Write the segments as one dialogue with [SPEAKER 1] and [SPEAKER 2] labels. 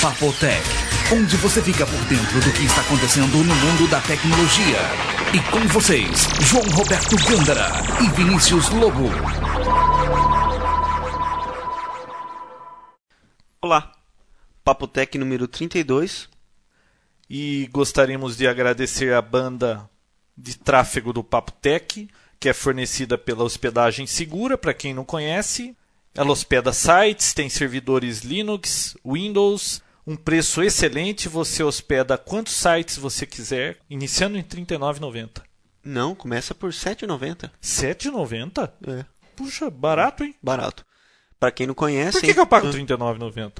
[SPEAKER 1] Papotec, onde você fica por dentro do que está acontecendo no mundo da tecnologia. E com vocês, João Roberto Gândara e Vinícius Lobo.
[SPEAKER 2] Olá, Papotec número 32.
[SPEAKER 3] E gostaríamos de agradecer a banda de tráfego do Papotec, que é fornecida pela Hospedagem Segura, para quem não conhece. Ela hospeda sites, tem servidores Linux, Windows, um preço excelente, você hospeda quantos sites você quiser, iniciando em R$ 39,90.
[SPEAKER 2] Não, começa por 7,90.
[SPEAKER 3] 7,90?
[SPEAKER 2] É,
[SPEAKER 3] Puxa, barato, hein?
[SPEAKER 2] barato. Pra quem não conhece.
[SPEAKER 3] Por que,
[SPEAKER 2] hein?
[SPEAKER 3] que eu pago
[SPEAKER 2] Ah,
[SPEAKER 3] R$ 39,90?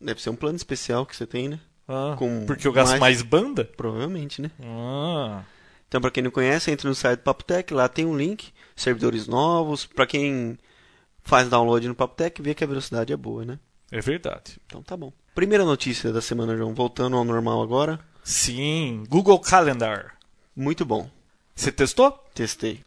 [SPEAKER 2] Deve ser um plano especial que você tem, né?
[SPEAKER 3] Ah,
[SPEAKER 2] Com
[SPEAKER 3] porque eu gasto
[SPEAKER 2] mais-
[SPEAKER 3] mais, banda?
[SPEAKER 2] Provavelmente, né?
[SPEAKER 3] Ah,
[SPEAKER 2] Então, pra quem não conhece, entre no site do Papotec, lá tem um link, servidores novos. Pra quem faz download no Papotec, vê que a velocidade é boa, né?
[SPEAKER 3] é verdade.
[SPEAKER 2] Então tá bom. Primeira notícia da semana, João. Voltando ao normal agora.
[SPEAKER 3] Sim, Google Calendar.
[SPEAKER 2] Muito bom.
[SPEAKER 3] Você testou?
[SPEAKER 2] Testei.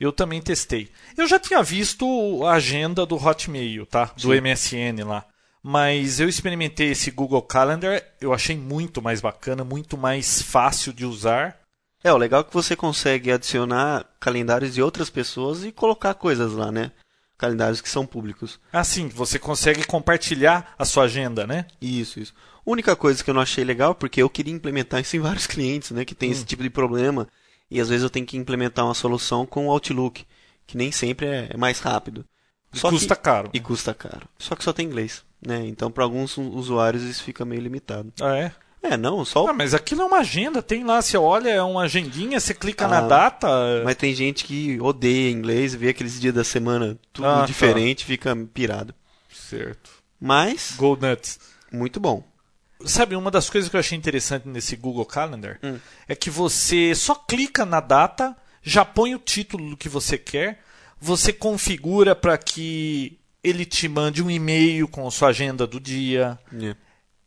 [SPEAKER 3] Eu também testei. Eu já tinha visto a agenda do Hotmail, tá? Do MSN lá. Mas eu experimentei esse Google Calendar, eu achei muito mais bacana, muito mais fácil de usar.
[SPEAKER 2] É, o legal é que você consegue adicionar calendários de outras pessoas e colocar coisas lá, né? Calendários que são públicos.
[SPEAKER 3] Assim, você consegue compartilhar a sua agenda, né?
[SPEAKER 2] Isso, isso. Única coisa que eu não achei legal, porque eu queria implementar isso em vários clientes, né? Que tem
[SPEAKER 3] Hum.
[SPEAKER 2] esse tipo de problema. E às vezes eu tenho que implementar uma solução com o Outlook, que nem sempre é é mais rápido.
[SPEAKER 3] E
[SPEAKER 2] Só que-
[SPEAKER 3] custa caro. né?
[SPEAKER 2] E custa caro. Só que só tem inglês, né? Então, para alguns u- usuários isso fica meio limitado.
[SPEAKER 3] Ah, é?
[SPEAKER 2] É, não, só o
[SPEAKER 3] Ah, mas aquilo é uma agenda, tem lá, você olha, é uma agendinha, você clica na
[SPEAKER 2] Ah,
[SPEAKER 3] data.
[SPEAKER 2] Mas tem gente que odeia inglês, vê aqueles dias da semana tudo
[SPEAKER 3] Ah, tá.
[SPEAKER 2] diferente, fica pirado.
[SPEAKER 3] Certo.
[SPEAKER 2] Mas,
[SPEAKER 3] Go nuts.
[SPEAKER 2] muito bom.
[SPEAKER 3] Sabe, uma das coisas que eu achei interessante nesse Google Calendar
[SPEAKER 2] Hum.
[SPEAKER 3] é que você só clica na data, já põe o título do que você quer, você configura para que ele te mande um e-mail com a sua agenda do dia,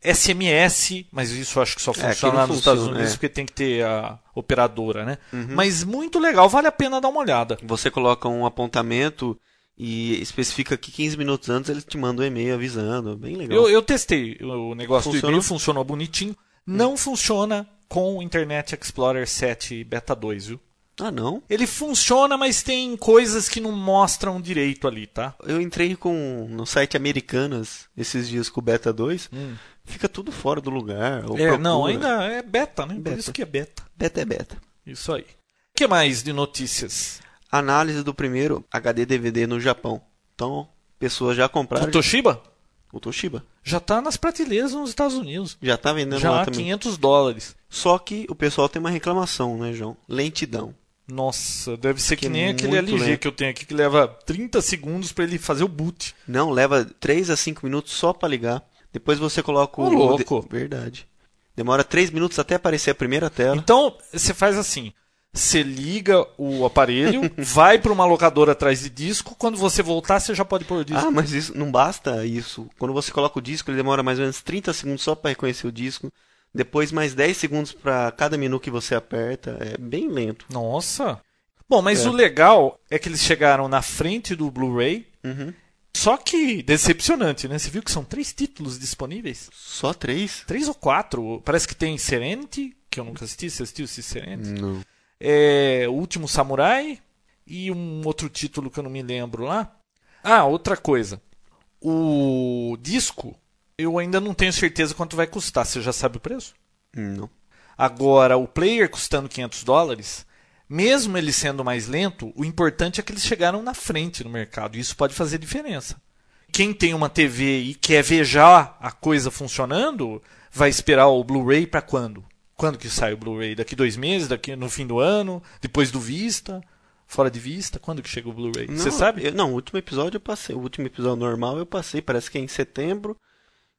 [SPEAKER 3] SMS, mas isso eu acho que só
[SPEAKER 2] É, aqui não
[SPEAKER 3] funciona lá nos Estados
[SPEAKER 2] funciona,
[SPEAKER 3] Unidos
[SPEAKER 2] é. Uhum.
[SPEAKER 3] porque tem que ter a operadora, né? Mas muito legal, vale a pena dar uma olhada.
[SPEAKER 2] Você coloca um apontamento e especifica que 15 minutos antes ele te manda um e-mail avisando. Bem legal.
[SPEAKER 3] Eu, eu testei o negócio do
[SPEAKER 2] Funcionou?
[SPEAKER 3] e-mail, funcionou bonitinho. Não funciona com o Internet Explorer 7 Beta 2, viu?
[SPEAKER 2] Ah, não?
[SPEAKER 3] Ele funciona, mas tem coisas que não mostram direito ali, tá?
[SPEAKER 2] Eu entrei com no site Americanas esses dias com o Beta 2. Fica tudo fora do lugar. ou
[SPEAKER 3] Hum. É,
[SPEAKER 2] procura.
[SPEAKER 3] não, ainda é beta, né? Por
[SPEAKER 2] Beta.
[SPEAKER 3] isso que é beta.
[SPEAKER 2] Beta é beta.
[SPEAKER 3] Isso aí. O que mais de notícias?
[SPEAKER 2] Análise do primeiro HD DVD no Japão. Então, pessoas já compraram
[SPEAKER 3] O Toshiba
[SPEAKER 2] o Toshiba.
[SPEAKER 3] já tá nas prateleiras nos Estados Unidos.
[SPEAKER 2] Já tá vendendo
[SPEAKER 3] Já
[SPEAKER 2] lá
[SPEAKER 3] a
[SPEAKER 2] também.
[SPEAKER 3] 500 dólares.
[SPEAKER 2] Só que o pessoal tem uma reclamação, né, João? Lentidão.
[SPEAKER 3] Nossa, deve ser que,
[SPEAKER 2] Que é
[SPEAKER 3] nem aquele
[SPEAKER 2] muito
[SPEAKER 3] LG
[SPEAKER 2] lento.
[SPEAKER 3] que eu tenho aqui que leva 30 segundos pra ele fazer o boot.
[SPEAKER 2] Não, leva 3 a 5 minutos só pra ligar. Depois você coloca o.
[SPEAKER 3] Ô, louco.
[SPEAKER 2] de- Verdade. Demora 3 minutos até aparecer a primeira tela.
[SPEAKER 3] Então, você faz assim: você liga o aparelho, vai pra uma locadora atrás de disco, quando você voltar, você já pode pôr o disco.
[SPEAKER 2] Ah, mas isso não basta isso. Quando você coloca o disco, ele demora mais ou menos 30 segundos só pra reconhecer o disco. Depois mais 10 segundos pra cada menu que você aperta. É bem lento.
[SPEAKER 3] Nossa! Bom, mas
[SPEAKER 2] É.
[SPEAKER 3] o legal é que eles chegaram na frente do Blu-ray,
[SPEAKER 2] Uhum.
[SPEAKER 3] só que decepcionante, né? Você viu que são três títulos disponíveis?
[SPEAKER 2] Só 3?
[SPEAKER 3] Três ou quatro? Parece que tem Serenity, que eu nunca assisti, você assistiu esse Serenity?
[SPEAKER 2] Não.
[SPEAKER 3] É, o Último Samurai e um outro título que eu não me lembro lá. Ah, outra coisa. O disco, eu ainda não tenho certeza quanto vai custar. Você já sabe o preço?
[SPEAKER 2] Não.
[SPEAKER 3] Agora, o player custando 500 dólares, mesmo ele sendo mais lento, o importante é que eles chegaram na frente no mercado. E isso pode fazer diferença. Quem tem uma TV e quer ver já a coisa funcionando, vai esperar o Blu-ray para quando? Quando que sai o Blu-ray? Daqui dois meses? Daqui no fim do ano? Depois do Vista? Fora de Vista? Quando que chega o Blu-ray? Você
[SPEAKER 2] Não,
[SPEAKER 3] sabe?
[SPEAKER 2] eu- não, o último episódio eu passei. O último episódio normal eu passei, parece que é em setembro.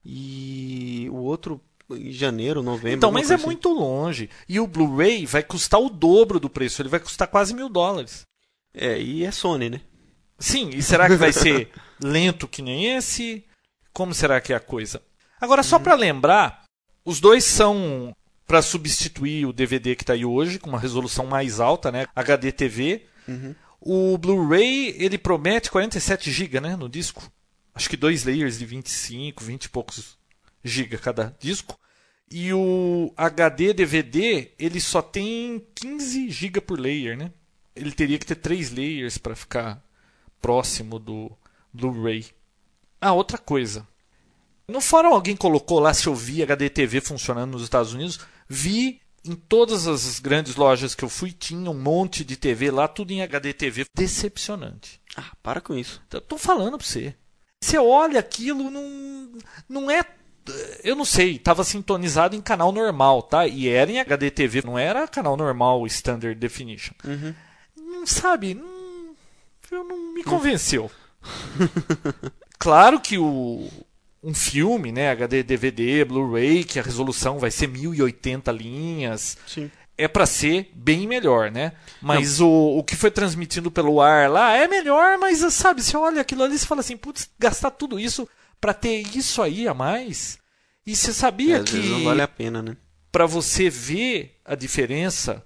[SPEAKER 2] E o outro em janeiro, novembro.
[SPEAKER 3] Então,
[SPEAKER 2] alguma
[SPEAKER 3] mas
[SPEAKER 2] coisa
[SPEAKER 3] é
[SPEAKER 2] assim.
[SPEAKER 3] muito longe. E o Blu-ray vai custar o dobro do preço. Ele vai custar quase mil dólares.
[SPEAKER 2] É, e é Sony, né?
[SPEAKER 3] Sim, e será que vai ser lento que nem esse? Como será que é a coisa? Agora, só pra lembrar, os dois são pra substituir o DVD que tá aí hoje, com uma resolução mais alta, né? HD TV. O Blu-ray, ele promete 47 GB né, no disco. Acho que dois layers de 25, 20 e poucos GB cada disco. E o HD DVD, ele só tem 15 GB por layer, né? Ele teria que ter três layers para ficar próximo do Blu-ray. Ah, outra coisa. No fórum alguém colocou lá se eu vi HDTV funcionando nos Estados Unidos. Vi em todas as grandes lojas que eu fui, tinha um monte de TV lá, tudo em HDTV. Decepcionante.
[SPEAKER 2] Ah, para com isso.
[SPEAKER 3] Eu tô falando pra você. Você olha aquilo, não, não é. Eu não sei, tava sintonizado em canal normal, tá? E era em HDTV, não era canal normal, Standard Definition.
[SPEAKER 2] Uhum.
[SPEAKER 3] Não sabe, não, eu não me convenceu. claro que o, um filme, né, HD, DVD, Blu-ray, que a resolução vai ser 1080 linhas.
[SPEAKER 2] Sim.
[SPEAKER 3] É para ser bem melhor, né? Mas o, o que foi transmitindo pelo ar lá é melhor, mas sabe, você olha aquilo ali e fala assim, putz, gastar tudo isso para ter isso aí a mais? E você sabia
[SPEAKER 2] É, Às
[SPEAKER 3] que
[SPEAKER 2] vezes não vale a pena, né?
[SPEAKER 3] para você ver a diferença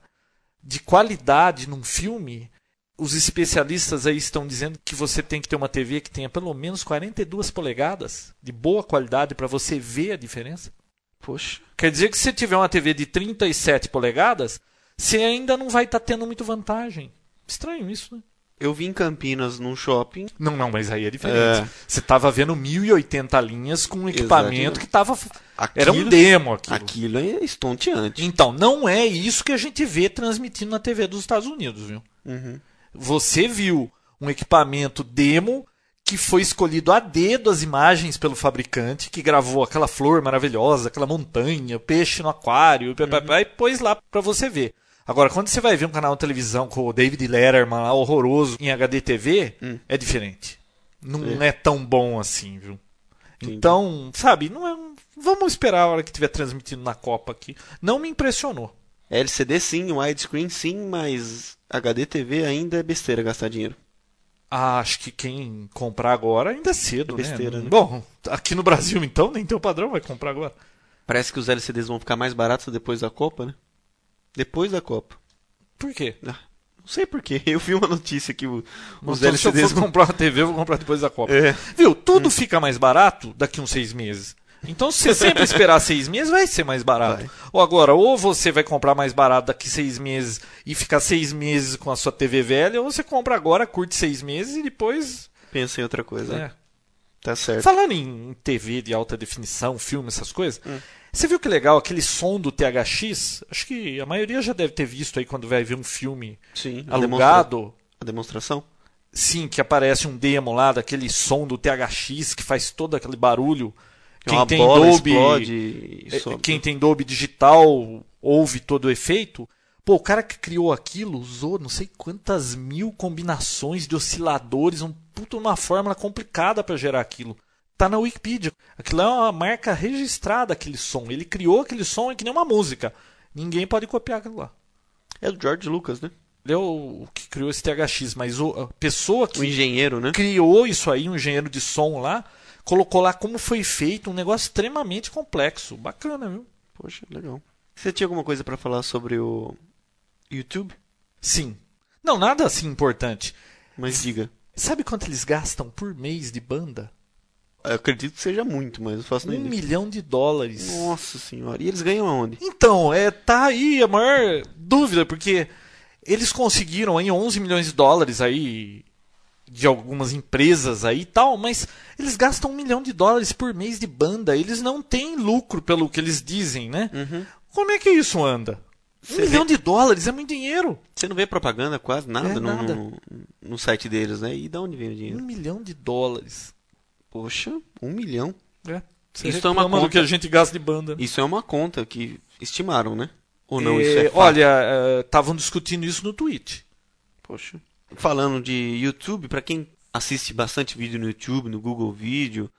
[SPEAKER 3] de qualidade num filme, os especialistas aí estão dizendo que você tem que ter uma TV que tenha pelo menos 42 polegadas de boa qualidade para você ver a diferença.
[SPEAKER 2] Poxa.
[SPEAKER 3] Quer dizer que se tiver uma TV de 37 polegadas, você ainda não vai estar tendo muito vantagem. Estranho isso, né?
[SPEAKER 2] Eu vi em Campinas num shopping.
[SPEAKER 3] Não, não, mas aí é diferente. Você estava vendo 1080 linhas com um
[SPEAKER 2] Exatamente.
[SPEAKER 3] equipamento que estava. Era um
[SPEAKER 2] Aquilo- é
[SPEAKER 3] demo aquilo.
[SPEAKER 2] Aquilo é estonteante.
[SPEAKER 3] Então, não é isso que a gente vê transmitindo na TV dos Estados Unidos, viu?
[SPEAKER 2] Uhum.
[SPEAKER 3] Você viu um equipamento demo que foi escolhido a dedo as imagens pelo fabricante, que gravou aquela flor maravilhosa, aquela montanha, peixe no aquário, pá, pá, pá, e pôs lá pra você ver. Agora, quando você vai ver um canal de televisão com o David Letterman lá, horroroso, em HDTV, é diferente. Não é. tão bom assim, viu? Então, sabe, não é um- vamos esperar a hora que estiver transmitindo na Copa aqui. Não me impressionou.
[SPEAKER 2] LCD sim, widescreen sim, mas HDTV ainda é besteira gastar dinheiro.
[SPEAKER 3] Ah, acho que quem comprar agora ainda é cedo,
[SPEAKER 2] É besteira,
[SPEAKER 3] né?
[SPEAKER 2] né?
[SPEAKER 3] Bom, aqui no Brasil então nem tem o padrão, vai comprar agora.
[SPEAKER 2] Parece que os LCDs vão ficar mais baratos depois da Copa, né? Depois da Copa.
[SPEAKER 3] Por quê?
[SPEAKER 2] Ah, não sei porquê. Eu vi uma notícia que o- os
[SPEAKER 3] Então, se eu
[SPEAKER 2] LCDs
[SPEAKER 3] for
[SPEAKER 2] vão.
[SPEAKER 3] comprar uma TV, eu vou comprar depois da Copa.
[SPEAKER 2] É.
[SPEAKER 3] Viu? Tudo fica mais barato daqui uns seis meses. Então, se você sempre esperar seis meses, vai ser mais barato.
[SPEAKER 2] Vai.
[SPEAKER 3] Ou agora, ou você vai comprar mais barato daqui seis meses e ficar seis meses com a sua TV velha, ou você compra agora, curte seis meses e depois.
[SPEAKER 2] Pensa em outra coisa.
[SPEAKER 3] né?
[SPEAKER 2] Tá certo.
[SPEAKER 3] É. Falando em TV de alta definição, filme, essas coisas,
[SPEAKER 2] Hum.
[SPEAKER 3] você viu que legal aquele som do THX? Acho que a maioria já deve ter visto aí quando vai ver um filme
[SPEAKER 2] Sim. a demonstra-
[SPEAKER 3] alugado.
[SPEAKER 2] A demonstração?
[SPEAKER 3] Sim, que aparece um demo lá daquele som do THX que faz todo aquele barulho.
[SPEAKER 2] É
[SPEAKER 3] Quem
[SPEAKER 2] uma
[SPEAKER 3] tem
[SPEAKER 2] bola
[SPEAKER 3] Dolby,
[SPEAKER 2] explode e
[SPEAKER 3] é,
[SPEAKER 2] sobe.
[SPEAKER 3] quem tem Dolby digital ouve todo o efeito. Pô, o cara que criou aquilo usou não sei quantas mil combinações de osciladores, um puto uma fórmula complicada para gerar aquilo. Tá na Wikipedia. Aquilo é uma marca registrada aquele som. Ele criou aquele som é que nem uma música. Ninguém pode copiar aquilo lá.
[SPEAKER 2] É do George Lucas, né?
[SPEAKER 3] Ele é o o que criou esse THX, mas o- a pessoa que
[SPEAKER 2] O engenheiro, né?
[SPEAKER 3] criou isso aí, um engenheiro de som lá, colocou lá como foi feito, um negócio extremamente complexo. Bacana, viu?
[SPEAKER 2] Poxa, legal. Você tinha alguma coisa pra falar sobre o YouTube?
[SPEAKER 3] Sim. Não, nada assim importante.
[SPEAKER 2] Mas diga.
[SPEAKER 3] Sabe quanto eles gastam por mês de banda?
[SPEAKER 2] Eu acredito que seja muito, mas eu faço nem
[SPEAKER 3] Um
[SPEAKER 2] ideia.
[SPEAKER 3] milhão de dólares.
[SPEAKER 2] Nossa senhora. E eles ganham aonde?
[SPEAKER 3] Então, é, tá aí a maior dúvida, porque eles conseguiram aí 11 milhões de dólares aí de algumas empresas aí e tal, mas eles gastam um milhão de dólares por mês de banda. Eles não têm lucro pelo que eles dizem, né? Como é que isso anda? Um
[SPEAKER 2] Uhum. Você
[SPEAKER 3] milhão de dólares é muito dinheiro.
[SPEAKER 2] Você não vê propaganda quase nada,
[SPEAKER 3] É,
[SPEAKER 2] no,
[SPEAKER 3] nada.
[SPEAKER 2] no- no site deles, né? E de onde vem o
[SPEAKER 3] Um
[SPEAKER 2] dinheiro?
[SPEAKER 3] milhão de dólares.
[SPEAKER 2] Poxa, um milhão.
[SPEAKER 3] É. Você
[SPEAKER 2] Isso é uma
[SPEAKER 3] reclama do
[SPEAKER 2] conta-
[SPEAKER 3] que a gente gasta de banda. né?
[SPEAKER 2] Isso é uma conta que estimaram, né? Ou não,
[SPEAKER 3] É,
[SPEAKER 2] isso é fato?
[SPEAKER 3] Olha, estavam discutindo isso no Twitch.
[SPEAKER 2] Poxa. Falando de YouTube, pra quem assiste bastante vídeo no YouTube, no Google Vídeo,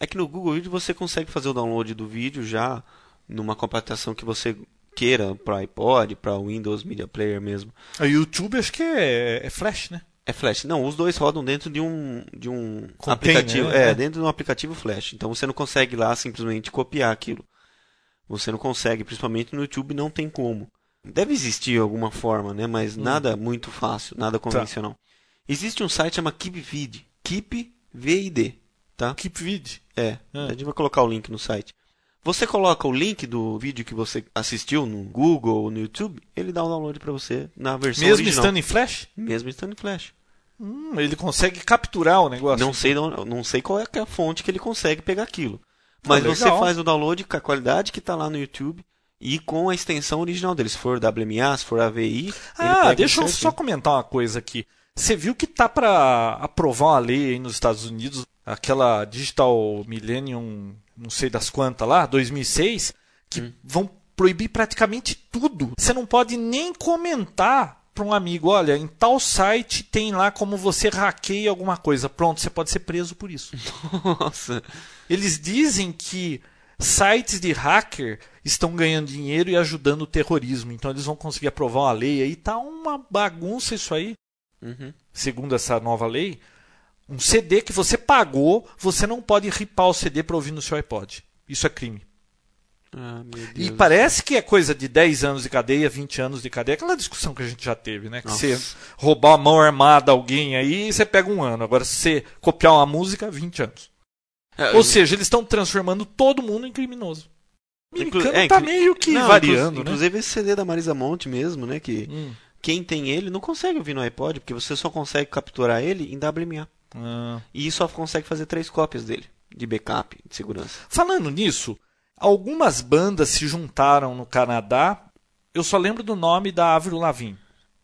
[SPEAKER 2] é que no Google Vídeo você consegue fazer o download do vídeo já numa compactação que você queira para iPod, para Windows Media Player mesmo.
[SPEAKER 3] A Ah, YouTube acho que é, é Flash, né?
[SPEAKER 2] É Flash. Não, os dois rodam dentro de um de um
[SPEAKER 3] Contém,
[SPEAKER 2] aplicativo,
[SPEAKER 3] né?
[SPEAKER 2] é, dentro de um aplicativo Flash. Então você não consegue lá simplesmente copiar aquilo. Você não consegue, principalmente no YouTube não tem como. Deve existir alguma forma, né,
[SPEAKER 3] Hum.
[SPEAKER 2] mas nada muito fácil,
[SPEAKER 3] Tá.
[SPEAKER 2] nada convencional. Existe um site chama KeepVid, Keep VID, tá?
[SPEAKER 3] Keep Vid.
[SPEAKER 2] É,
[SPEAKER 3] Ah.
[SPEAKER 2] a gente vai colocar o link no site. Você coloca o link do vídeo que você assistiu no Google ou no YouTube, ele dá o download para você na versão
[SPEAKER 3] Mesmo
[SPEAKER 2] original.
[SPEAKER 3] estando em flash?
[SPEAKER 2] Mesmo estando em flash.
[SPEAKER 3] Hum, ele consegue capturar o negócio.
[SPEAKER 2] Não sei, de onde- não sei qual é que é a fonte que ele consegue pegar aquilo. Mas
[SPEAKER 3] Ah, legal.
[SPEAKER 2] você faz o download com a qualidade que está lá no YouTube e com a extensão original dele. Se for WMA, se for AVI. ele
[SPEAKER 3] Ah,
[SPEAKER 2] pega
[SPEAKER 3] deixa eu
[SPEAKER 2] certinho.
[SPEAKER 3] só comentar uma coisa aqui. Você viu que tá para aprovar uma lei aí nos Estados Unidos, aquela Digital Millennium, não sei das quantas lá, 2006, que
[SPEAKER 2] Hum.
[SPEAKER 3] vão proibir praticamente tudo. Você não pode nem comentar para um amigo, olha, em tal site tem lá como você hackeia alguma coisa. Pronto, você pode ser preso por isso.
[SPEAKER 2] Nossa.
[SPEAKER 3] Eles dizem que sites de hacker estão ganhando dinheiro e ajudando o terrorismo. Então eles vão conseguir aprovar uma lei aí. Tá uma bagunça isso aí.
[SPEAKER 2] Uhum.
[SPEAKER 3] Segundo essa nova lei, um CD que você pagou, você não pode ripar o CD para ouvir no seu iPod. Isso é crime.
[SPEAKER 2] Ah, meu Deus.
[SPEAKER 3] E parece que é coisa de 10 anos de cadeia, 20 anos de cadeia. Aquela discussão que a gente já teve, né? Que
[SPEAKER 2] Nossa.
[SPEAKER 3] você roubar a mão armada a alguém aí, você pega um ano. Agora, se você copiar uma música, 20 anos.
[SPEAKER 2] É,
[SPEAKER 3] Ou seja, eles estão transformando todo mundo em criminoso. O
[SPEAKER 2] Inclu-
[SPEAKER 3] americano
[SPEAKER 2] é,
[SPEAKER 3] tá
[SPEAKER 2] inclu-
[SPEAKER 3] meio que
[SPEAKER 2] não,
[SPEAKER 3] variando,
[SPEAKER 2] inclu- Inclusive esse CD da Marisa Monte mesmo, né? Que
[SPEAKER 3] né? Hum.
[SPEAKER 2] quem tem ele não consegue ouvir no iPod, porque você só consegue capturar ele em WMA.
[SPEAKER 3] Ah.
[SPEAKER 2] E só consegue fazer três cópias dele, de backup, de segurança.
[SPEAKER 3] Falando nisso, algumas bandas se juntaram no Canadá. Eu só lembro do nome da Avril Lavigne,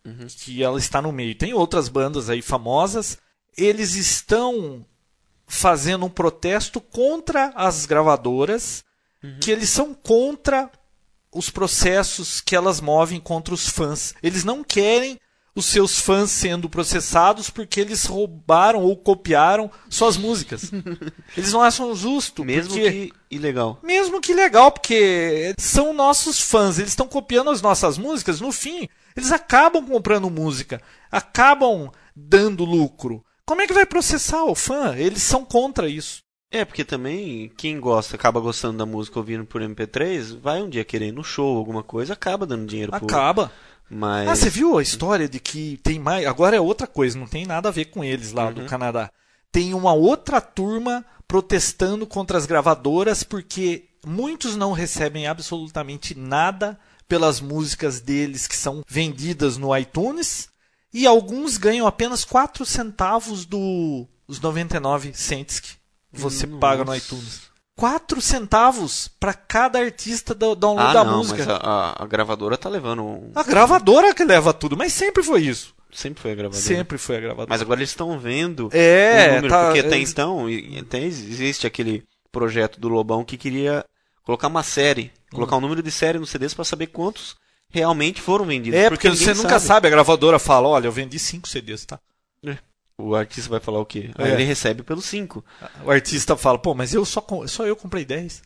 [SPEAKER 2] Uhum.
[SPEAKER 3] que ela está no meio. Tem outras bandas aí famosas. Eles estão fazendo um protesto contra as gravadoras,
[SPEAKER 2] Uhum.
[SPEAKER 3] que eles são contra os processos que elas movem contra os fãs. Eles não querem os seus fãs sendo processados porque eles roubaram ou copiaram suas músicas. Eles não acham justo.
[SPEAKER 2] Mesmo
[SPEAKER 3] porque...
[SPEAKER 2] que ilegal.
[SPEAKER 3] Mesmo que legal, porque são nossos fãs, eles estão copiando as nossas músicas, no fim, eles acabam comprando música, acabam dando lucro. Como é que vai processar o fã? Eles são contra isso.
[SPEAKER 2] É, porque também quem gosta, acaba gostando da música ouvindo por MP3, vai um dia querer no show, alguma coisa, acaba dando dinheiro pro.
[SPEAKER 3] Acaba.
[SPEAKER 2] Mas.
[SPEAKER 3] Ah, você viu a história de que tem mais. Agora é outra coisa, não tem nada a ver com eles lá
[SPEAKER 2] Uhum.
[SPEAKER 3] do Canadá. Tem uma outra turma protestando contra as gravadoras porque muitos não recebem absolutamente nada pelas músicas deles que são vendidas no iTunes e alguns ganham apenas 4 centavos dos 99 cents que você
[SPEAKER 2] Nossa.
[SPEAKER 3] paga no iTunes. 4 centavos para cada artista do download
[SPEAKER 2] Ah,
[SPEAKER 3] da
[SPEAKER 2] não,
[SPEAKER 3] música. Ah,
[SPEAKER 2] mas a, a- a gravadora tá levando. um-
[SPEAKER 3] A gravadora que leva tudo, mas sempre foi isso.
[SPEAKER 2] Sempre foi a gravadora.
[SPEAKER 3] Sempre foi a gravadora.
[SPEAKER 2] Mas agora eles estão vendo
[SPEAKER 3] É,
[SPEAKER 2] o número,
[SPEAKER 3] tá-
[SPEAKER 2] porque até
[SPEAKER 3] eles-
[SPEAKER 2] então e- e até ex- existe aquele projeto do Lobão que queria colocar uma série, colocar um número de série nos CDs para saber quantos realmente foram vendidos.
[SPEAKER 3] é, porque,
[SPEAKER 2] ninguém
[SPEAKER 3] você nunca sabe. a gravadora fala, olha, eu vendi cinco CDs, tá?
[SPEAKER 2] O artista vai falar o quê? Aí
[SPEAKER 3] É.
[SPEAKER 2] ele recebe pelos cinco.
[SPEAKER 3] O artista fala, pô, mas eu só, com- só eu comprei 10.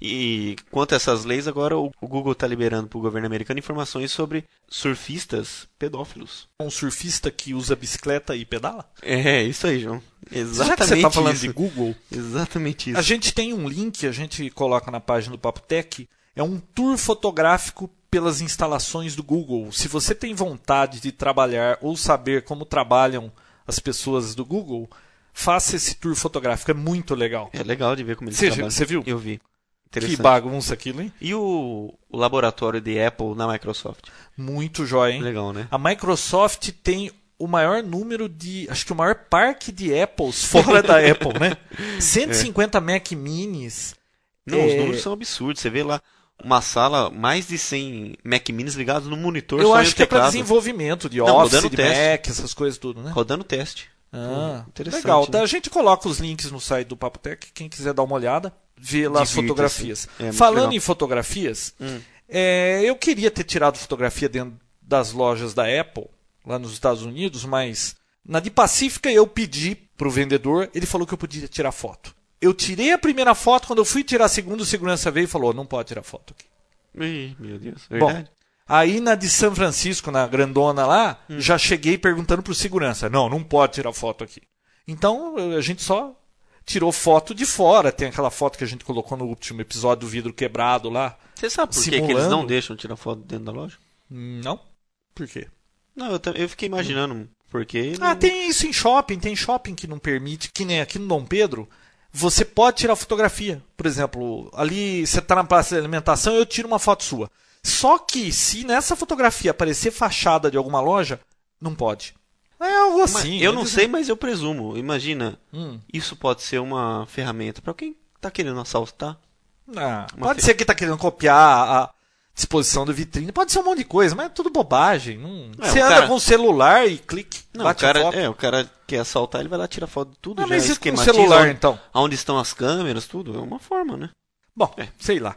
[SPEAKER 2] E quanto a essas leis, agora o o Google está liberando para o governo americano informações sobre surfistas pedófilos.
[SPEAKER 3] Um surfista que usa bicicleta e pedala?
[SPEAKER 2] É, isso aí, João.
[SPEAKER 3] Já que
[SPEAKER 2] Exatamente
[SPEAKER 3] você tá falando
[SPEAKER 2] isso.
[SPEAKER 3] de Google,
[SPEAKER 2] Exatamente
[SPEAKER 3] a
[SPEAKER 2] isso.
[SPEAKER 3] gente tem um link, a gente coloca na página do Papo Tech, é um tour fotográfico pelas instalações do Google. Se você tem vontade de trabalhar ou saber como trabalham as pessoas do Google, faça esse tour fotográfico, é muito legal.
[SPEAKER 2] É legal de ver como eles
[SPEAKER 3] Você-
[SPEAKER 2] trabalham.
[SPEAKER 3] você viu?
[SPEAKER 2] Eu vi.
[SPEAKER 3] Que
[SPEAKER 2] Interessante.
[SPEAKER 3] bagunça aquilo, hein?
[SPEAKER 2] E o, o laboratório de Apple na Microsoft?
[SPEAKER 3] Muito jóia, hein?
[SPEAKER 2] Legal, né?
[SPEAKER 3] A Microsoft tem o maior número de. Acho que o maior parque de Apples fora da Apple, né?
[SPEAKER 2] É.
[SPEAKER 3] 150 Mac Minis.
[SPEAKER 2] Não, os
[SPEAKER 3] É.
[SPEAKER 2] números são absurdos. Você vê lá uma sala, mais de 100 Mac Minis ligados no monitor,
[SPEAKER 3] Eu
[SPEAKER 2] só em
[SPEAKER 3] acho que é para
[SPEAKER 2] teclado,
[SPEAKER 3] desenvolvimento de
[SPEAKER 2] Não,
[SPEAKER 3] Office,
[SPEAKER 2] rodando
[SPEAKER 3] de
[SPEAKER 2] teste.
[SPEAKER 3] Mac, essas coisas tudo, né?
[SPEAKER 2] rodando teste.
[SPEAKER 3] Ah,
[SPEAKER 2] interessante,
[SPEAKER 3] legal.
[SPEAKER 2] né?
[SPEAKER 3] Tá, A gente coloca os links no site do Papo Tech. Quem quiser dar uma olhada, vê lá as
[SPEAKER 2] Divirta-se.
[SPEAKER 3] fotografias.
[SPEAKER 2] É, muito
[SPEAKER 3] Falando
[SPEAKER 2] legal.
[SPEAKER 3] em fotografias,
[SPEAKER 2] Hum.
[SPEAKER 3] é, eu queria ter tirado fotografia dentro das lojas da Apple, lá nos Estados Unidos, mas na de Pacífica eu pedi pro vendedor, ele falou que eu podia tirar foto. Eu tirei a primeira foto, quando eu fui tirar a segunda, o segurança veio e falou: não pode tirar foto aqui.
[SPEAKER 2] Ih, meu Deus,
[SPEAKER 3] Bom,
[SPEAKER 2] verdade?
[SPEAKER 3] aí na de São Francisco, na grandona lá, já cheguei perguntando pro segurança: não, não pode tirar foto aqui. Então eu- a gente só tirou foto de fora. Tem aquela foto que a gente colocou no último episódio do vidro quebrado lá.
[SPEAKER 2] Você sabe por que que eles
[SPEAKER 3] Simulando.
[SPEAKER 2] não deixam tirar foto dentro da loja?
[SPEAKER 3] Hum, Não? Por quê?
[SPEAKER 2] Não, eu, ta- eu fiquei imaginando porque.
[SPEAKER 3] Ah, tem isso em shopping. Tem shopping que não permite, que nem aqui no Dom Pedro. Você pode tirar fotografia. Por exemplo, ali você está na praça de alimentação, eu tiro uma foto sua. Só que se nessa fotografia aparecer fachada de alguma loja, não pode. É algo
[SPEAKER 2] Mas
[SPEAKER 3] assim.
[SPEAKER 2] eu não
[SPEAKER 3] eles-
[SPEAKER 2] sei, mas eu presumo. Imagina,
[SPEAKER 3] Hum.
[SPEAKER 2] isso pode ser uma ferramenta para quem tá querendo assaltar.
[SPEAKER 3] Ah,
[SPEAKER 2] Uma
[SPEAKER 3] pode
[SPEAKER 2] fe-
[SPEAKER 3] ser que tá querendo copiar a disposição do vitrine, pode ser um monte de coisa, mas é tudo bobagem. não-
[SPEAKER 2] É,
[SPEAKER 3] Você
[SPEAKER 2] o
[SPEAKER 3] anda
[SPEAKER 2] cara-
[SPEAKER 3] com o celular e clique,
[SPEAKER 2] Não, o
[SPEAKER 3] bate
[SPEAKER 2] cara,
[SPEAKER 3] foto.
[SPEAKER 2] é, o cara quer assaltar, ele vai lá tirar foto de tudo,
[SPEAKER 3] Ah,
[SPEAKER 2] já
[SPEAKER 3] mas e com o
[SPEAKER 2] esquematiza
[SPEAKER 3] celular
[SPEAKER 2] onde,
[SPEAKER 3] então?
[SPEAKER 2] aonde estão as câmeras, tudo. É uma forma, né?
[SPEAKER 3] Bom,
[SPEAKER 2] É.
[SPEAKER 3] sei lá.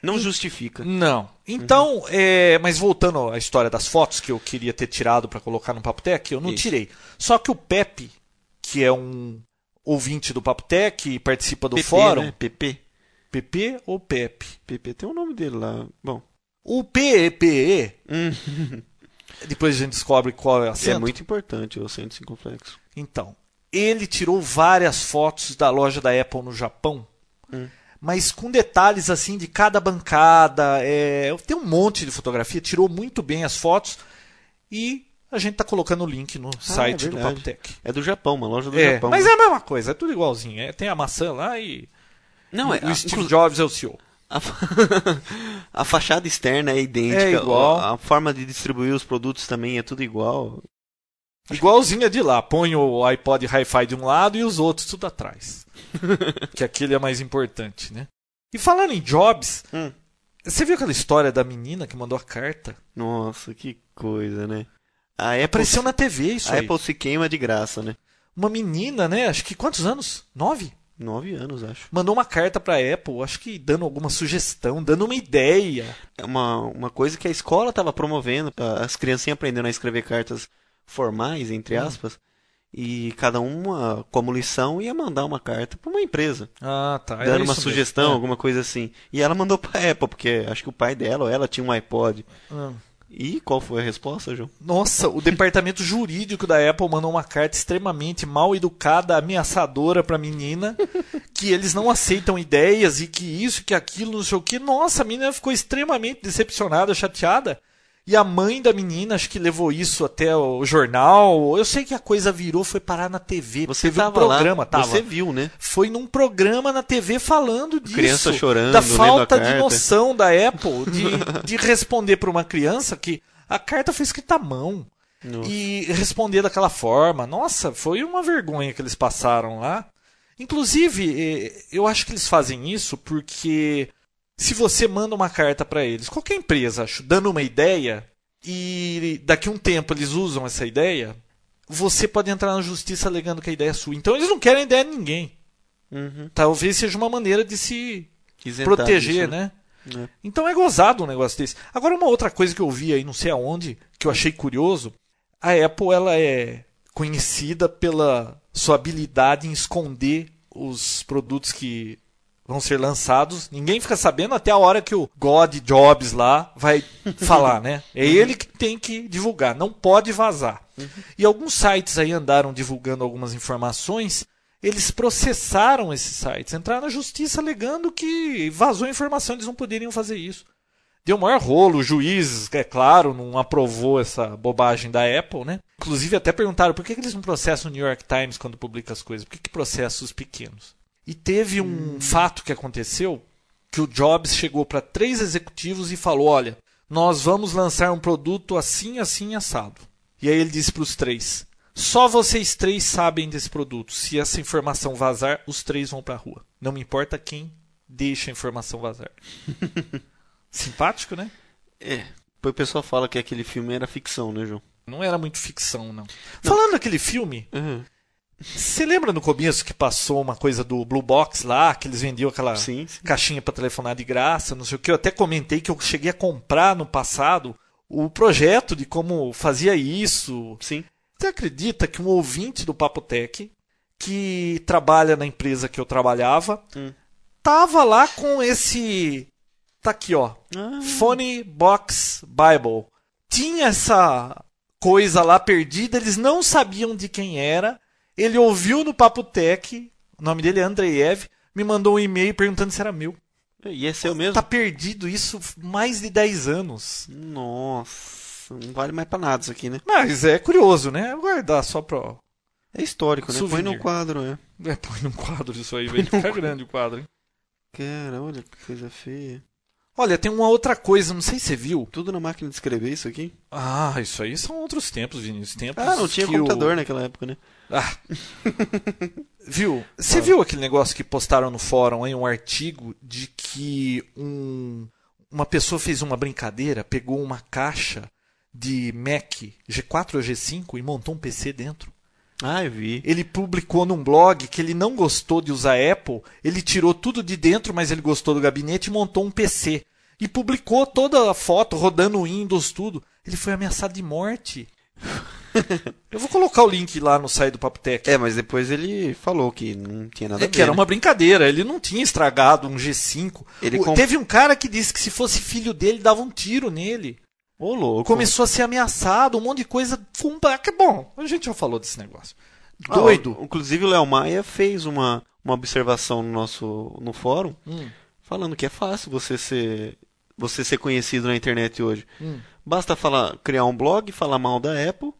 [SPEAKER 2] Não justifica.
[SPEAKER 3] Não. Então, é, mas voltando à história das fotos que eu queria ter tirado para colocar no Papo Tech, eu não
[SPEAKER 2] Isso.
[SPEAKER 3] tirei. Só que o Pepe, que é um ouvinte do Papo Tech e participa do
[SPEAKER 2] PP,
[SPEAKER 3] fórum,
[SPEAKER 2] né? PP.
[SPEAKER 3] PP ou Pepe?
[SPEAKER 2] PP tem o nome dele lá. Bom,
[SPEAKER 3] O PEPE,
[SPEAKER 2] Hum.
[SPEAKER 3] depois a gente descobre qual é o acento.
[SPEAKER 2] é muito importante o acento circunflexo.
[SPEAKER 3] Então, ele tirou várias fotos da loja da Apple no Japão,
[SPEAKER 2] Hum.
[SPEAKER 3] mas com detalhes assim de cada bancada. é, tem um monte de fotografia, tirou muito bem as fotos e a gente tá colocando o link no site do
[SPEAKER 2] Ah, é verdade.
[SPEAKER 3] Papo Tech.
[SPEAKER 2] É do Japão, uma loja do
[SPEAKER 3] É,
[SPEAKER 2] Japão. né?
[SPEAKER 3] mas é a mesma coisa, é tudo igualzinho. é, tem a maçã lá e
[SPEAKER 2] Não, é,
[SPEAKER 3] o Steve
[SPEAKER 2] inclu-
[SPEAKER 3] Jobs é o CEO.
[SPEAKER 2] A, fa- a fachada externa é idêntica.
[SPEAKER 3] É igual.
[SPEAKER 2] A, a forma de distribuir os produtos também é tudo igual.
[SPEAKER 3] Igualzinho é de lá, põe o iPod Hi-Fi de um lado e os outros tudo atrás. que aquele é mais importante, né? E falando em Jobs,
[SPEAKER 2] Hum.
[SPEAKER 3] você viu aquela história da menina que mandou a carta?
[SPEAKER 2] Nossa, que coisa, né? A Apple,
[SPEAKER 3] Apareceu na TV isso
[SPEAKER 2] a
[SPEAKER 3] aí.
[SPEAKER 2] Apple se queima de graça, né?
[SPEAKER 3] Uma menina, né? Acho que quantos anos? Nove?
[SPEAKER 2] Nove anos, acho.
[SPEAKER 3] Mandou uma carta pra Apple, acho que dando alguma sugestão, dando uma ideia.
[SPEAKER 2] É uma, uma coisa que a escola estava promovendo. a- As criancinhas aprendendo a escrever cartas formais, entre
[SPEAKER 3] Hum.
[SPEAKER 2] aspas. E cada uma, como lição, ia mandar uma carta para uma empresa.
[SPEAKER 3] Ah, tá. era
[SPEAKER 2] dando uma
[SPEAKER 3] isso mesmo.
[SPEAKER 2] sugestão, alguma coisa assim. E ela mandou pra Apple, porque acho que o pai dela ou ela tinha um iPod.
[SPEAKER 3] É. Ah.
[SPEAKER 2] E qual foi a resposta, João?
[SPEAKER 3] Nossa, o departamento jurídico da Apple mandou uma carta extremamente mal educada, ameaçadora pra menina, que eles não aceitam ideias e que isso, que aquilo, não sei o que. Nossa, a menina ficou extremamente decepcionada, chateada. E a mãe da menina, acho que levou isso até o jornal. Eu sei que a coisa virou, foi parar na TV.
[SPEAKER 2] Você
[SPEAKER 3] viu um
[SPEAKER 2] tava lá,
[SPEAKER 3] programa, tava?
[SPEAKER 2] você viu, né?
[SPEAKER 3] Foi num programa na TV falando disso.
[SPEAKER 2] Criança chorando,
[SPEAKER 3] Da
[SPEAKER 2] lendo a
[SPEAKER 3] falta de
[SPEAKER 2] carta.
[SPEAKER 3] noção da Apple de, de responder para uma criança que a carta foi escrita à mão.
[SPEAKER 2] Nossa.
[SPEAKER 3] E responder daquela forma. Nossa, foi uma vergonha que eles passaram lá. Inclusive, eh, eu acho que eles fazem isso porque se você manda uma carta para eles, qualquer empresa, acho, dando uma ideia, e daqui a um tempo eles usam essa ideia, você pode entrar na justiça alegando que a ideia é sua. Então eles não querem ideia de ninguém.
[SPEAKER 2] Uhum.
[SPEAKER 3] Talvez seja uma maneira de se
[SPEAKER 2] Isentar
[SPEAKER 3] proteger,
[SPEAKER 2] disso,
[SPEAKER 3] né?
[SPEAKER 2] né?
[SPEAKER 3] Então é gozado um negócio desse. Agora, uma outra coisa que eu vi aí, não sei aonde, que eu achei curioso, a Apple ela é conhecida pela sua habilidade em esconder os produtos que vão ser lançados. Ninguém fica sabendo até a hora que o God Jobs lá vai falar, né? É ele que tem que divulgar, não pode vazar. E alguns sites aí andaram divulgando algumas informações. Eles processaram esses sites, entraram na justiça alegando que vazou informação, eles não poderiam fazer isso. Deu o maior rolo, o juiz, é claro, não aprovou essa bobagem da Apple, né? Inclusive até perguntaram por que que eles não processam o New York Times quando publica as coisas, por que, que processa os pequenos? E teve um fato que aconteceu que o Jobs chegou para três executivos e falou: olha, nós vamos lançar um produto assim, assim, assado. E aí ele disse para os três: só vocês três sabem desse produto. Se essa informação vazar, os três vão para a rua. Não me importa quem deixa a informação vazar. Simpático, né?
[SPEAKER 2] É. Depois o pessoal fala que aquele filme era ficção, né, João?
[SPEAKER 3] Não era muito ficção, não. Falando daquele filme,
[SPEAKER 2] Uhum.
[SPEAKER 3] você lembra no começo que passou uma coisa do Blue Box lá, que eles vendiam aquela
[SPEAKER 2] Sim, sim.
[SPEAKER 3] caixinha pra telefonar de graça, não sei o que. Eu até comentei que eu cheguei a comprar no passado o projeto de como fazia isso.
[SPEAKER 2] Sim.
[SPEAKER 3] Você acredita que um ouvinte do Papotec, que trabalha na empresa que eu trabalhava,
[SPEAKER 2] Hum.
[SPEAKER 3] tava lá com esse. Tá aqui, ó.
[SPEAKER 2] Ah,
[SPEAKER 3] Phone Box Bible. Tinha essa coisa lá perdida, eles não sabiam de quem era. Ele ouviu no Papo Tech, o nome dele é Andreev, me mandou um e-mail perguntando se era meu.
[SPEAKER 2] e é seu mesmo?
[SPEAKER 3] Tá perdido isso f- mais de 10 anos.
[SPEAKER 2] Nossa, não vale mais pra nada isso aqui, né?
[SPEAKER 3] Mas é curioso, né? Guardar só pra
[SPEAKER 2] É histórico, né? Põe
[SPEAKER 3] Souvenir.
[SPEAKER 2] no quadro, é.
[SPEAKER 3] É, põe num quadro isso aí, vai ficar grande o quadro, hein?
[SPEAKER 2] Cara, olha que coisa feia.
[SPEAKER 3] Olha, tem uma outra coisa, não sei se você viu.
[SPEAKER 2] Tudo na máquina de escrever isso aqui?
[SPEAKER 3] Ah, isso aí são outros tempos, Vinícius. Tempos
[SPEAKER 2] Ah, não tinha
[SPEAKER 3] que o-
[SPEAKER 2] computador naquela época, né?
[SPEAKER 3] Ah. viu? Você viu aquele negócio que postaram no fórum aí, um artigo de que um, uma pessoa fez uma brincadeira, pegou uma caixa de Mac G4 ou G5 e montou um PC dentro.
[SPEAKER 2] Ah, eu vi.
[SPEAKER 3] Ele publicou num blog que ele não gostou de usar Apple, ele tirou tudo de dentro, mas ele gostou do gabinete e montou um PC. E publicou toda a foto, rodando o Windows, tudo. Ele foi ameaçado de morte. Eu vou colocar o link lá no site do Papo Tech.
[SPEAKER 2] É, mas depois ele falou que não tinha nada
[SPEAKER 3] É
[SPEAKER 2] a ver.
[SPEAKER 3] que era
[SPEAKER 2] né?
[SPEAKER 3] uma brincadeira, ele não tinha estragado um G5.
[SPEAKER 2] Ele
[SPEAKER 3] O-
[SPEAKER 2] com-
[SPEAKER 3] Teve um cara que disse que se fosse filho dele, dava um tiro nele.
[SPEAKER 2] Ô, louco.
[SPEAKER 3] Começou a ser ameaçado, um monte de coisa. Foi um baque- Bom, a gente já falou desse negócio.
[SPEAKER 2] Ah,
[SPEAKER 3] Doido.
[SPEAKER 2] o- inclusive o Léo Maia fez uma, uma observação no nosso no fórum
[SPEAKER 3] Hum,
[SPEAKER 2] falando que é fácil você ser você ser conhecido na internet hoje.
[SPEAKER 3] hum.
[SPEAKER 2] Basta falar, criar um blog, falar mal da Apple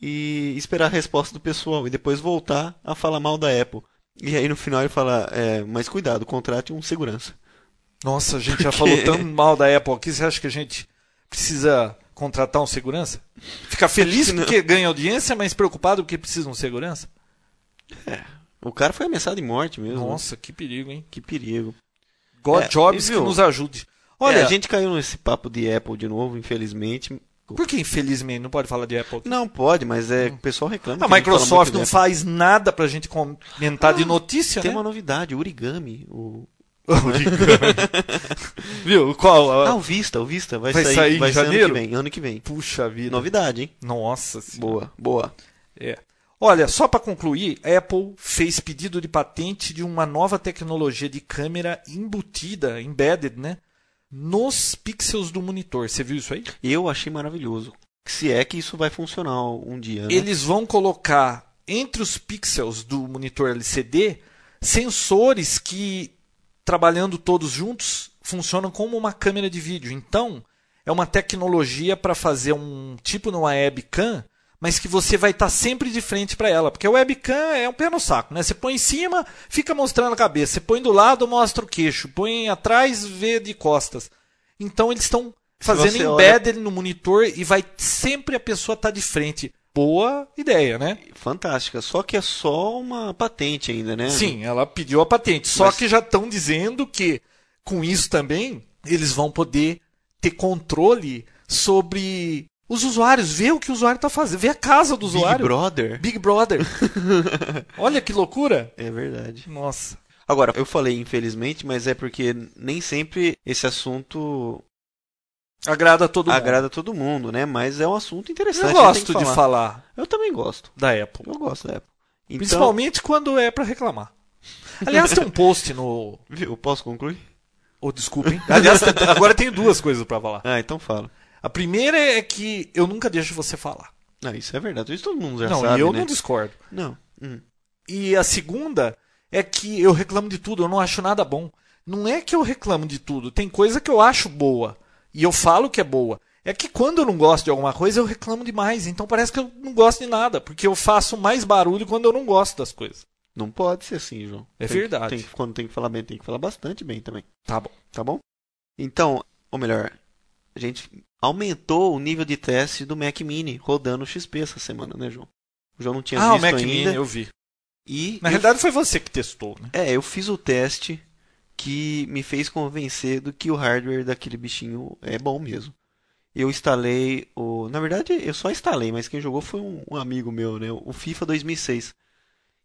[SPEAKER 2] e esperar a resposta do pessoal e depois voltar a falar mal da Apple. E aí no final ele fala, é, mas cuidado, contrate um segurança.
[SPEAKER 3] Nossa, a gente já
[SPEAKER 2] Por
[SPEAKER 3] falou
[SPEAKER 2] quê?
[SPEAKER 3] tão mal da Apple aqui. Você acha que a gente precisa contratar um segurança? Ficar feliz
[SPEAKER 2] Acho que não.
[SPEAKER 3] porque ganha audiência, mas preocupado porque precisa de um segurança?
[SPEAKER 2] O cara foi ameaçado de morte mesmo.
[SPEAKER 3] Nossa, que perigo, hein?
[SPEAKER 2] Que perigo.
[SPEAKER 3] God
[SPEAKER 2] É,
[SPEAKER 3] Jobs
[SPEAKER 2] e
[SPEAKER 3] que
[SPEAKER 2] viu?
[SPEAKER 3] nos ajude.
[SPEAKER 2] Olha,
[SPEAKER 3] Olha,
[SPEAKER 2] a gente caiu nesse papo de Apple de novo, infelizmente.
[SPEAKER 3] por que infelizmente não pode falar de Apple? aqui?
[SPEAKER 2] Não pode, mas é, o pessoal reclama.
[SPEAKER 3] A
[SPEAKER 2] que gente fala
[SPEAKER 3] Ah,
[SPEAKER 2] muito
[SPEAKER 3] Microsoft
[SPEAKER 2] de
[SPEAKER 3] não
[SPEAKER 2] Apple.
[SPEAKER 3] faz nada pra gente comentar de notícia,
[SPEAKER 2] Tem
[SPEAKER 3] né?
[SPEAKER 2] uma novidade, o origami. O...
[SPEAKER 3] Viu? Qual?
[SPEAKER 2] Ah,
[SPEAKER 3] a-
[SPEAKER 2] o Vista, o Vista. Vai,
[SPEAKER 3] Vai
[SPEAKER 2] sair,
[SPEAKER 3] sair em
[SPEAKER 2] vai sair
[SPEAKER 3] janeiro?
[SPEAKER 2] ano que vem. Ano que vem.
[SPEAKER 3] Puxa vida.
[SPEAKER 2] Novidade, hein?
[SPEAKER 3] Nossa senhora.
[SPEAKER 2] Boa, boa.
[SPEAKER 3] É. Olha, só pra concluir, a Apple fez pedido de patente de uma nova tecnologia de câmera embutida, embedded, né? Nos pixels do monitor. Você viu isso aí?
[SPEAKER 2] Eu achei maravilhoso. Se é que isso vai funcionar um dia, né?
[SPEAKER 3] Eles vão colocar entre os pixels do monitor LCD sensores que, trabalhando todos juntos, funcionam como uma câmera de vídeo. Então, é uma tecnologia para fazer um tipo numa webcam, mas que você vai estar sempre de frente para ela. Porque a webcam é um pé no saco, né? Você põe em cima, fica mostrando a cabeça. Você põe do lado, mostra o queixo. Põe atrás, vê de costas. Então, eles estão fazendo
[SPEAKER 2] você olha-
[SPEAKER 3] embed dele no monitor e vai sempre a pessoa tá de frente. Boa ideia, né?
[SPEAKER 2] Fantástica. Só que é só uma patente ainda, né?
[SPEAKER 3] Sim, ela pediu a patente. Só
[SPEAKER 2] Mas-
[SPEAKER 3] que já estão dizendo que com isso também eles vão poder ter controle sobre os usuários, ver o que o usuário tá fazendo, ver a casa do
[SPEAKER 2] Big
[SPEAKER 3] usuário.
[SPEAKER 2] Brother.
[SPEAKER 3] Big Brother. Olha que loucura.
[SPEAKER 2] É verdade.
[SPEAKER 3] Nossa.
[SPEAKER 2] Agora, eu falei infelizmente, mas é porque nem sempre esse assunto
[SPEAKER 3] Agrada a todo mundo.
[SPEAKER 2] agrada a todo mundo, né? Mas é um assunto
[SPEAKER 3] Eu
[SPEAKER 2] interessante.
[SPEAKER 3] gosto
[SPEAKER 2] tem que
[SPEAKER 3] de falar
[SPEAKER 2] Eu também gosto.
[SPEAKER 3] da Apple.
[SPEAKER 2] Eu gosto da Apple. Então,
[SPEAKER 3] Principalmente quando é para reclamar. Aliás, tem um post no
[SPEAKER 2] Viu? Posso concluir?
[SPEAKER 3] Ou desculpem. Aliás, agora tem duas coisas pra falar.
[SPEAKER 2] Ah, então fala.
[SPEAKER 3] A primeira é que eu nunca deixo você falar.
[SPEAKER 2] Não, isso é verdade. Isso todo mundo já
[SPEAKER 3] não,
[SPEAKER 2] sabe,
[SPEAKER 3] e eu
[SPEAKER 2] né?
[SPEAKER 3] não discordo.
[SPEAKER 2] Não. Hum.
[SPEAKER 3] E a segunda é que eu reclamo de tudo, eu não acho nada bom. Não é que eu reclamo de tudo, tem coisa que eu acho boa e eu falo que é boa. É que quando eu não gosto de alguma coisa, eu reclamo demais. Então parece que eu não gosto de nada, porque eu faço mais barulho quando eu não gosto das coisas.
[SPEAKER 2] Não pode ser assim, João.
[SPEAKER 3] É
[SPEAKER 2] Tem que-
[SPEAKER 3] verdade.
[SPEAKER 2] tem que- quando tem que falar bem, tem que falar bastante bem também,
[SPEAKER 3] Tá bom.
[SPEAKER 2] tá bom? Então, ou melhor, a gente aumentou o nível de teste do Mac Mini rodando XP essa semana, né, João? O João não tinha
[SPEAKER 3] ah, o
[SPEAKER 2] visto
[SPEAKER 3] Mac
[SPEAKER 2] ainda.
[SPEAKER 3] Mini, eu vi.
[SPEAKER 2] E
[SPEAKER 3] Na
[SPEAKER 2] eu-
[SPEAKER 3] realidade foi você que testou, né?
[SPEAKER 2] é, eu fiz o teste que me fez convencer do que o hardware daquele bichinho é bom mesmo. Eu instalei o, na verdade, eu só instalei, mas quem jogou foi um, um amigo meu, né? O FIFA 2006,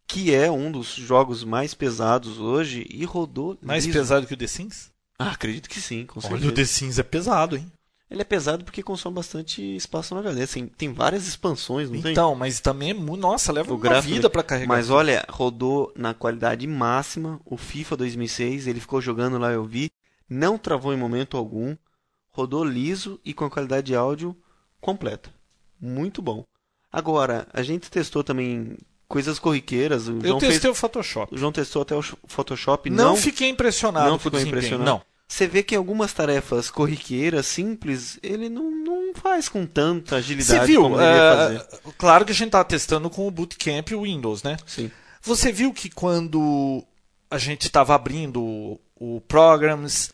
[SPEAKER 2] que é um dos jogos mais pesados hoje e rodou
[SPEAKER 3] Mais
[SPEAKER 2] liso.
[SPEAKER 3] pesado que o The Sims?
[SPEAKER 2] Ah, acredito que sim, com
[SPEAKER 3] Olha, o
[SPEAKER 2] certeza.
[SPEAKER 3] The Sims é pesado, hein?
[SPEAKER 2] Ele é pesado porque consome bastante espaço na HD. Assim, tem várias expansões, não tem?
[SPEAKER 3] Então, mas também é mu- Nossa, leva
[SPEAKER 2] O
[SPEAKER 3] uma
[SPEAKER 2] gráfico-
[SPEAKER 3] vida pra carregar.
[SPEAKER 2] Mas olha, rodou na qualidade máxima o FIFA 2006, ele ficou jogando lá, eu vi, não travou em momento algum, rodou liso e com a qualidade de áudio completa. Muito bom. Agora, a gente testou também coisas corriqueiras, o,
[SPEAKER 3] eu
[SPEAKER 2] João,
[SPEAKER 3] testei
[SPEAKER 2] fez-
[SPEAKER 3] o Photoshop.
[SPEAKER 2] o João testou até o Photoshop,
[SPEAKER 3] Não,
[SPEAKER 2] não,
[SPEAKER 3] fiquei impressionado
[SPEAKER 2] não
[SPEAKER 3] com o
[SPEAKER 2] ficou
[SPEAKER 3] desempenho.
[SPEAKER 2] impressionado?
[SPEAKER 3] Não.
[SPEAKER 2] Você vê que algumas tarefas corriqueiras, simples, ele não, não faz com tanta agilidade
[SPEAKER 3] Você viu?
[SPEAKER 2] como ele ia fazer.
[SPEAKER 3] ah, claro que a gente estava testando com o Bootcamp e o Windows, né?
[SPEAKER 2] Sim.
[SPEAKER 3] Você viu que quando a gente estava abrindo o, o Programs,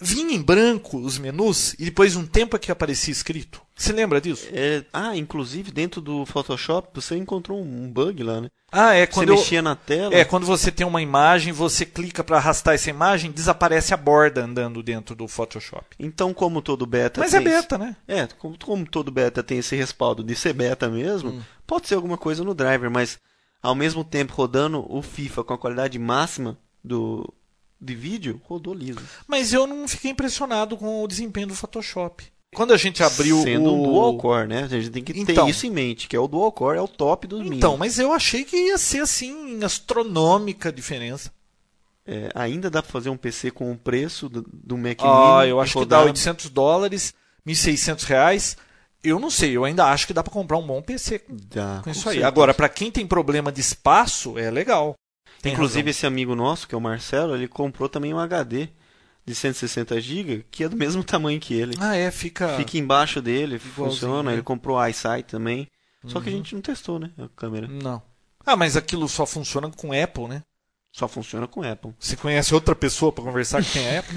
[SPEAKER 3] vinha em branco os menus e depois um tempo é que aparecia escrito? Você lembra disso?
[SPEAKER 2] É, ah, inclusive dentro do Photoshop você encontrou um bug lá, né?
[SPEAKER 3] Ah, é
[SPEAKER 2] Você
[SPEAKER 3] quando eu-
[SPEAKER 2] mexia né? na tela.
[SPEAKER 3] É, quando você tem uma imagem, você clica para arrastar essa imagem, desaparece a borda andando dentro do Photoshop.
[SPEAKER 2] Então, como todo beta
[SPEAKER 3] Mas é
[SPEAKER 2] tem esse-
[SPEAKER 3] beta, né?
[SPEAKER 2] É, como, como todo beta tem esse respaldo de ser beta mesmo,
[SPEAKER 3] Hum.
[SPEAKER 2] pode ser alguma coisa no driver, mas ao mesmo tempo rodando o FIFA com a qualidade máxima do de vídeo, rodou liso.
[SPEAKER 3] Mas eu não fiquei impressionado com o desempenho do Photoshop. Quando a gente abriu
[SPEAKER 2] Sendo
[SPEAKER 3] o
[SPEAKER 2] um dual core, né? A gente tem que
[SPEAKER 3] Então.
[SPEAKER 2] ter isso em mente, que é o dual core, é o top dos mínimos.
[SPEAKER 3] Então, mas eu achei que ia ser assim astronômica a diferença.
[SPEAKER 2] É, ainda dá pra fazer um PC com o preço do, do Mac
[SPEAKER 3] Ah,
[SPEAKER 2] Mini
[SPEAKER 3] eu
[SPEAKER 2] e
[SPEAKER 3] acho que
[SPEAKER 2] rodar
[SPEAKER 3] dá 800 dólares, 1.600 reais. Eu não sei, eu ainda acho que dá pra comprar um bom PC com
[SPEAKER 2] Dá,
[SPEAKER 3] com isso
[SPEAKER 2] com
[SPEAKER 3] aí.
[SPEAKER 2] certeza.
[SPEAKER 3] Agora, pra quem tem problema de espaço, é legal. Tem
[SPEAKER 2] Inclusive,
[SPEAKER 3] razão.
[SPEAKER 2] esse amigo nosso, que é o Marcelo, ele comprou também um HD de 160 GB, que é do mesmo tamanho que ele.
[SPEAKER 3] Ah, é, fica.
[SPEAKER 2] Fica embaixo dele, funciona.
[SPEAKER 3] né? Uhum.
[SPEAKER 2] Ele comprou a iSight também. Só que a gente não testou, né? A câmera.
[SPEAKER 3] Não. Ah, mas aquilo só funciona com Apple, né?
[SPEAKER 2] Só funciona com Apple.
[SPEAKER 3] Você conhece outra pessoa pra conversar que tem Apple?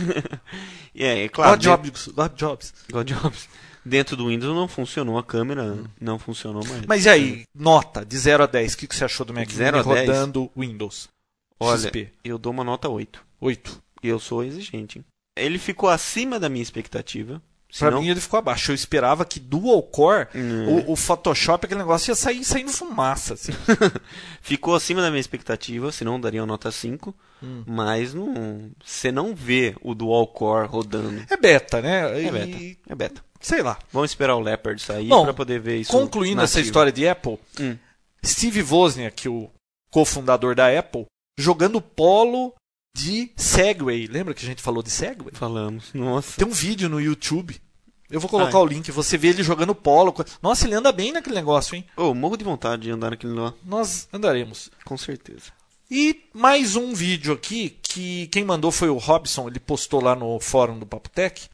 [SPEAKER 2] E é, é claro.
[SPEAKER 3] God Jobs, God Jobs. Uhum.
[SPEAKER 2] dentro- God Jobs. Dentro do Windows não funcionou a câmera, não funcionou mais.
[SPEAKER 3] Mas e aí, nota de 0 a 10, o que que você achou do Mac
[SPEAKER 2] De 0 a
[SPEAKER 3] Mini
[SPEAKER 2] 10?
[SPEAKER 3] rodando Windows?
[SPEAKER 2] Olha,
[SPEAKER 3] XP.
[SPEAKER 2] eu dou uma nota 8.
[SPEAKER 3] 8.
[SPEAKER 2] E eu sou exigente. hein? Ele ficou acima da minha expectativa.
[SPEAKER 3] Pra
[SPEAKER 2] senão-
[SPEAKER 3] mim ele ficou abaixo. Eu esperava que dual core,
[SPEAKER 2] Hum.
[SPEAKER 3] o, o Photoshop, aquele negócio ia sair saindo fumaça. assim.
[SPEAKER 2] Ficou acima da minha expectativa, senão eu daria uma nota 5. Mas não, você não vê o dual core rodando.
[SPEAKER 3] É beta, né?
[SPEAKER 2] É
[SPEAKER 3] E-
[SPEAKER 2] beta. É beta.
[SPEAKER 3] sei lá.
[SPEAKER 2] Vamos esperar o Leopard sair
[SPEAKER 3] Bom,
[SPEAKER 2] pra poder ver isso.
[SPEAKER 3] Concluindo essa
[SPEAKER 2] nativo.
[SPEAKER 3] história de Apple,
[SPEAKER 2] Hum.
[SPEAKER 3] Steve Wozniak, é o cofundador da Apple, jogando polo de Segway. Lembra que a gente falou de Segway?
[SPEAKER 2] Falamos. Nossa.
[SPEAKER 3] Tem um vídeo no YouTube. Eu vou colocar
[SPEAKER 2] Ah, é.
[SPEAKER 3] o link. Você vê ele jogando polo. co- Nossa, ele anda bem naquele negócio, hein?
[SPEAKER 2] Ô, morro de vontade de andar naquele lá.
[SPEAKER 3] Nós andaremos.
[SPEAKER 2] Com certeza.
[SPEAKER 3] E mais um vídeo aqui que quem mandou foi o Robson, ele postou lá no fórum do Papotec.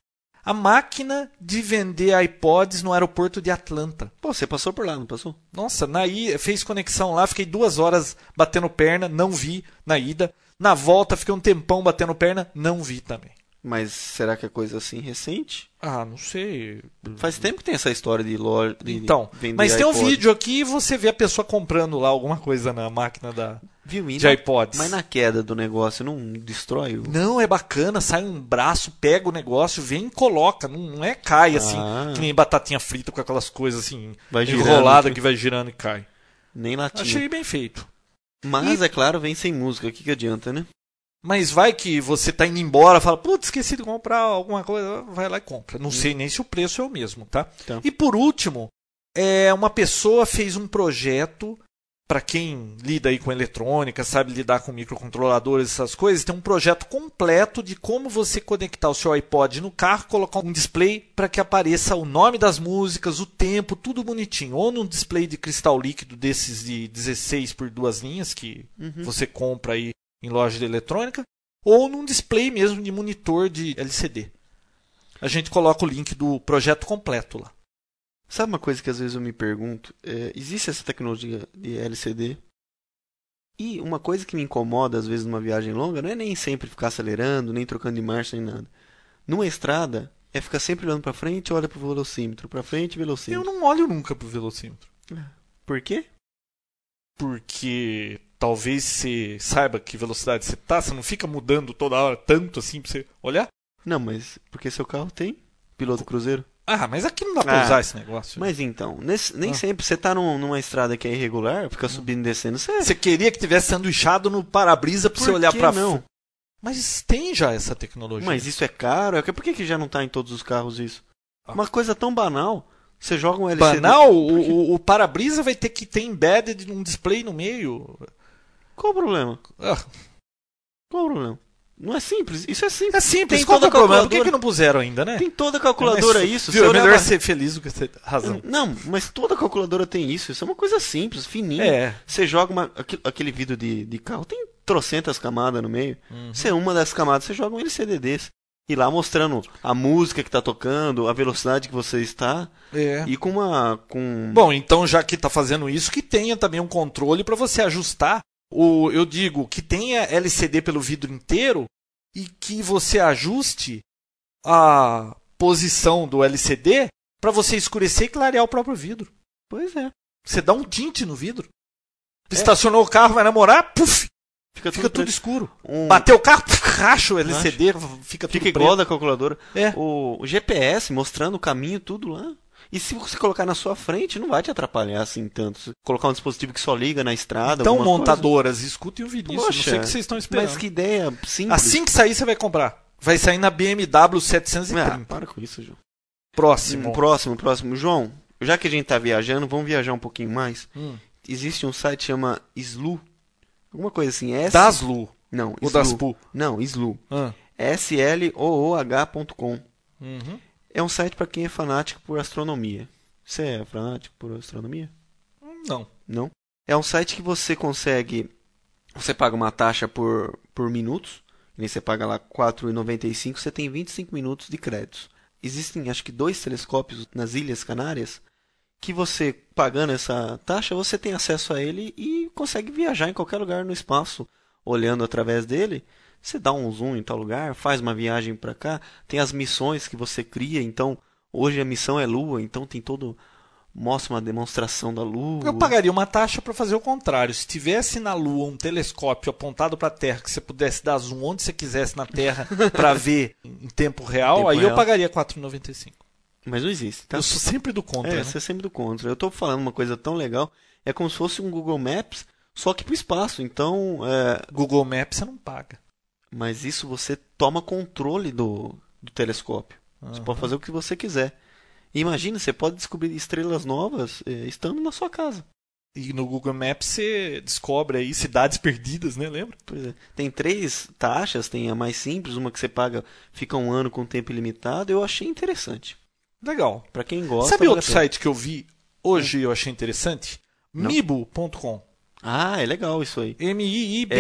[SPEAKER 3] A máquina de vender iPods no aeroporto de Atlanta.
[SPEAKER 2] Pô, você passou por lá, não passou?
[SPEAKER 3] Nossa, na ida, fez conexão lá, fiquei duas horas batendo perna, não vi na ida. Na volta, fiquei um tempão batendo perna, não vi também.
[SPEAKER 2] Mas será que é coisa assim recente?
[SPEAKER 3] Ah, não sei.
[SPEAKER 2] Faz tempo que tem essa história de loja. De
[SPEAKER 3] Então,
[SPEAKER 2] vender
[SPEAKER 3] mas tem um
[SPEAKER 2] iPod.
[SPEAKER 3] vídeo aqui e você vê a pessoa comprando lá alguma coisa na máquina da,
[SPEAKER 2] Viu, e
[SPEAKER 3] de
[SPEAKER 2] na-
[SPEAKER 3] iPods.
[SPEAKER 2] Mas na queda do negócio é não destrói o.
[SPEAKER 3] Não, é bacana, sai um braço, pega o negócio, vem e coloca. Não, não é cai assim,
[SPEAKER 2] Ah.
[SPEAKER 3] que nem batatinha frita com aquelas coisas assim,
[SPEAKER 2] Vai girando. né?
[SPEAKER 3] enrolada que vai girando e cai.
[SPEAKER 2] Nem latinha.
[SPEAKER 3] Achei bem feito.
[SPEAKER 2] Mas é claro, vem sem música. O que, que adianta, né?
[SPEAKER 3] Mas vai que você tá indo embora, fala, putz, esqueci de comprar alguma coisa, vai lá e compra. Não sei nem se o preço é o mesmo, tá?
[SPEAKER 2] Tá.
[SPEAKER 3] E por último, é, uma pessoa fez um projeto para quem lida aí com eletrônica, sabe lidar com microcontroladores, essas coisas, tem um projeto completo de como você conectar o seu iPod no carro, colocar um display para que apareça o nome das músicas, o tempo, tudo bonitinho. Ou num display de cristal líquido desses de 16 por duas linhas que você compra aí em loja de eletrônica, ou num display mesmo de monitor de LCD. A gente coloca o link do projeto completo lá.
[SPEAKER 2] Sabe uma coisa que às vezes eu me pergunto? É, existe essa tecnologia de LCD? E uma coisa que me incomoda às vezes numa viagem longa não é nem sempre ficar acelerando, nem trocando de marcha, nem nada. Numa estrada é ficar sempre olhando pra frente, olha pro velocímetro, pra frente,
[SPEAKER 3] Eu
[SPEAKER 2] velocímetro.
[SPEAKER 3] não olho nunca pro velocímetro.
[SPEAKER 2] Por quê?
[SPEAKER 3] Porque talvez você saiba que velocidade você tá, você não fica mudando toda hora tanto assim pra você olhar.
[SPEAKER 2] Não, mas porque seu carro tem piloto cruzeiro.
[SPEAKER 3] Ah, mas aqui não dá pra
[SPEAKER 2] Ah,
[SPEAKER 3] usar esse negócio. né?
[SPEAKER 2] Mas então, nesse- nem
[SPEAKER 3] Ah.
[SPEAKER 2] sempre você tá num- numa estrada que é irregular, fica subindo e descendo, você
[SPEAKER 3] Você queria que tivesse sanduichado no para-brisa pra você olhar pra
[SPEAKER 2] não?
[SPEAKER 3] frente. Mas tem já essa tecnologia.
[SPEAKER 2] Mas isso é caro? É que- Por que, que já não tá em todos os carros isso?
[SPEAKER 3] Ah.
[SPEAKER 2] Uma coisa tão banal. Você joga um LCD.
[SPEAKER 3] Banal,
[SPEAKER 2] Por quê?
[SPEAKER 3] o, o- o para-brisa vai ter que ter embedded num display no meio.
[SPEAKER 2] Qual o problema?
[SPEAKER 3] Ah,
[SPEAKER 2] Qual o problema? Não é simples. Isso é simples.
[SPEAKER 3] É simples,
[SPEAKER 2] Tem
[SPEAKER 3] qual que
[SPEAKER 2] toda
[SPEAKER 3] é o problema?
[SPEAKER 2] calculadora.
[SPEAKER 3] Por que, que não puseram ainda, né?
[SPEAKER 2] Tem toda calculadora
[SPEAKER 3] Mas,
[SPEAKER 2] isso.
[SPEAKER 3] Viu,
[SPEAKER 2] você
[SPEAKER 3] é
[SPEAKER 2] olhar
[SPEAKER 3] melhor
[SPEAKER 2] pra-
[SPEAKER 3] ser feliz do que ter razão.
[SPEAKER 2] Não, mas toda calculadora tem isso. Isso é uma coisa simples, fininha.
[SPEAKER 3] É.
[SPEAKER 2] Você joga uma- aquele, aquele vidro
[SPEAKER 3] Uhum.
[SPEAKER 2] de, de carro, tem trocentas camadas no meio. Você é uma das camadas, você joga um LCD desse. E lá mostrando a música que tá tocando, a velocidade que você está.
[SPEAKER 3] É.
[SPEAKER 2] E com uma. Com...
[SPEAKER 3] Bom, então já que está fazendo isso, que tenha também um controle para você ajustar o, eu digo, que tenha LCD pelo vidro inteiro e que você ajuste a posição do LCD para você escurecer e clarear o próprio vidro.
[SPEAKER 2] Pois é.
[SPEAKER 3] Você dá um tinte no vidro. Estacionou o carro, vai namorar, puf,
[SPEAKER 2] Fica,
[SPEAKER 3] fica tudo
[SPEAKER 2] preto.
[SPEAKER 3] escuro.
[SPEAKER 2] Um-
[SPEAKER 3] Bateu o carro, puf, racha o LCD, fica tudo
[SPEAKER 2] Fica igual
[SPEAKER 3] preto.
[SPEAKER 2] da calculadora.
[SPEAKER 3] É.
[SPEAKER 2] O o GPS mostrando o caminho, tudo lá. E se você colocar na sua frente, não vai te atrapalhar assim tanto. Se colocar um dispositivo que só liga na estrada.
[SPEAKER 3] Então,
[SPEAKER 2] alguma coisa.
[SPEAKER 3] montadoras, escutem o Vinícius. não
[SPEAKER 2] Poxa,
[SPEAKER 3] sei o que vocês estão esperando.
[SPEAKER 2] Mas que ideia simples.
[SPEAKER 3] Assim que sair, você vai comprar. Vai sair na BMW
[SPEAKER 2] Ah,
[SPEAKER 3] 730.
[SPEAKER 2] para com isso, João.
[SPEAKER 3] Próximo.
[SPEAKER 2] Hum, próximo, próximo. João, já que a gente tá viajando, vamos viajar um pouquinho mais.
[SPEAKER 3] Hum.
[SPEAKER 2] Existe um site que chama Slu. Alguma coisa assim. S...
[SPEAKER 3] Daslu.
[SPEAKER 2] Não,
[SPEAKER 3] Ou
[SPEAKER 2] Slu.
[SPEAKER 3] Daspu.
[SPEAKER 2] Não, Slu.
[SPEAKER 3] Ah.
[SPEAKER 2] S-L-O-O-H.com.
[SPEAKER 3] Uhum.
[SPEAKER 2] É um site para quem é fanático por astronomia. Você é fanático por astronomia?
[SPEAKER 3] Não.
[SPEAKER 2] Não. É um site que você consegue. Você paga uma taxa por, por minutos. E aí você paga lá R$ 4,95. Você tem 25 minutos de créditos. Existem, acho que, dois telescópios nas Ilhas Canárias. Que você, pagando essa taxa, você tem acesso a ele e consegue viajar em qualquer lugar no espaço. Olhando através dele, você dá um zoom em tal lugar, faz uma viagem para cá. Tem as missões que você cria. Então, hoje a missão é Lua. Então, tem todo. Mostra uma demonstração da Lua.
[SPEAKER 3] Eu pagaria uma taxa para fazer o contrário. Se tivesse na Lua um telescópio apontado para a Terra que você pudesse dar zoom onde você quisesse na Terra para ver em tempo real,
[SPEAKER 2] Tempo
[SPEAKER 3] aí eu
[SPEAKER 2] real.
[SPEAKER 3] pagaria 4,95.
[SPEAKER 2] Mas não existe, tá?
[SPEAKER 3] Eu sou sempre do contra.
[SPEAKER 2] É,
[SPEAKER 3] né?
[SPEAKER 2] você é sempre do contra. Eu tô falando uma coisa tão legal. É como se fosse um Google Maps, só que pro espaço. Então, é,
[SPEAKER 3] Google Maps você não paga.
[SPEAKER 2] mas isso você toma controle do, do telescópio. Você
[SPEAKER 3] Aham.
[SPEAKER 2] pode fazer o que você quiser. E imagina, você pode descobrir estrelas novas é, estando na sua casa.
[SPEAKER 3] E no Google Maps você descobre aí cidades perdidas, né? Lembra?
[SPEAKER 2] Pois é. Tem três taxas, tem a mais simples, uma que você paga, fica um ano com tempo ilimitado. Eu achei interessante.
[SPEAKER 3] Legal.
[SPEAKER 2] Pra quem gosta.
[SPEAKER 3] Sabe
[SPEAKER 2] vale a
[SPEAKER 3] outro
[SPEAKER 2] pena.
[SPEAKER 3] site que eu vi hoje e eu achei interessante?
[SPEAKER 2] Não.
[SPEAKER 3] Mibo.com.
[SPEAKER 2] Ah, é legal isso aí.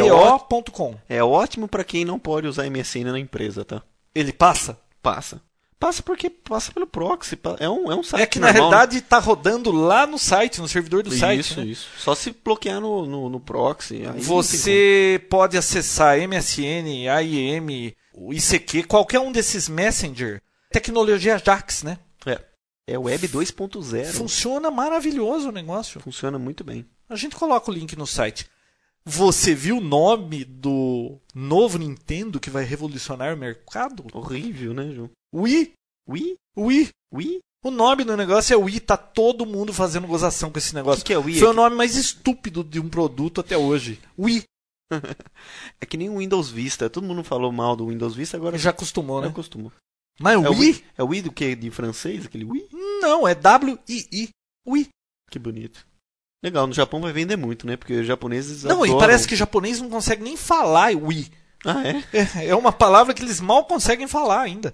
[SPEAKER 3] M-I-I-B-O.com.
[SPEAKER 2] É ótimo pra quem não pode usar MSN na empresa, tá?
[SPEAKER 3] Ele passa?
[SPEAKER 2] Passa. Passa porque passa pelo proxy. pa- É um, é um site
[SPEAKER 3] É que na
[SPEAKER 2] normal,
[SPEAKER 3] realidade está rodando lá no site, no servidor do
[SPEAKER 2] né?
[SPEAKER 3] site.
[SPEAKER 2] Isso,
[SPEAKER 3] né?
[SPEAKER 2] isso. Só se bloquear no, no, no proxy. aí não tem
[SPEAKER 3] Você pode acessar MSN, AIM, o ICQ, qualquer um desses Messenger. Tecnologia JAX, né?
[SPEAKER 2] como. É, é Web 2.0.
[SPEAKER 3] Funciona maravilhoso o negócio.
[SPEAKER 2] Funciona muito bem.
[SPEAKER 3] A gente coloca o link no site. Você viu o nome do novo Nintendo que vai revolucionar o mercado?
[SPEAKER 2] Horrível, né, João?
[SPEAKER 3] Wii?
[SPEAKER 2] Wii?
[SPEAKER 3] Wii.
[SPEAKER 2] Wii?
[SPEAKER 3] O nome do negócio é Wii, tá todo mundo fazendo gozação com esse
[SPEAKER 2] O
[SPEAKER 3] negócio.
[SPEAKER 2] que, que é Wii?
[SPEAKER 3] Foi o
[SPEAKER 2] É que,
[SPEAKER 3] nome mais estúpido de um produto até hoje. Wii.
[SPEAKER 2] é que nem o Windows Vista. Todo mundo falou mal do Windows Vista, agora já
[SPEAKER 3] Já acostumou, né?
[SPEAKER 2] acostumou.
[SPEAKER 3] Mas
[SPEAKER 2] É o
[SPEAKER 3] Wii?
[SPEAKER 2] Wii? É o Wii do que? De francês? Aquele Wii?
[SPEAKER 3] Não, é W-I-I. Wii.
[SPEAKER 2] Que bonito. Legal, no Japão vai vender muito, né? Porque os japoneses
[SPEAKER 3] Não,
[SPEAKER 2] adoram.
[SPEAKER 3] e parece que japonês não consegue nem falar Wii.
[SPEAKER 2] Ah, é?
[SPEAKER 3] É, é uma palavra que eles mal conseguem falar ainda.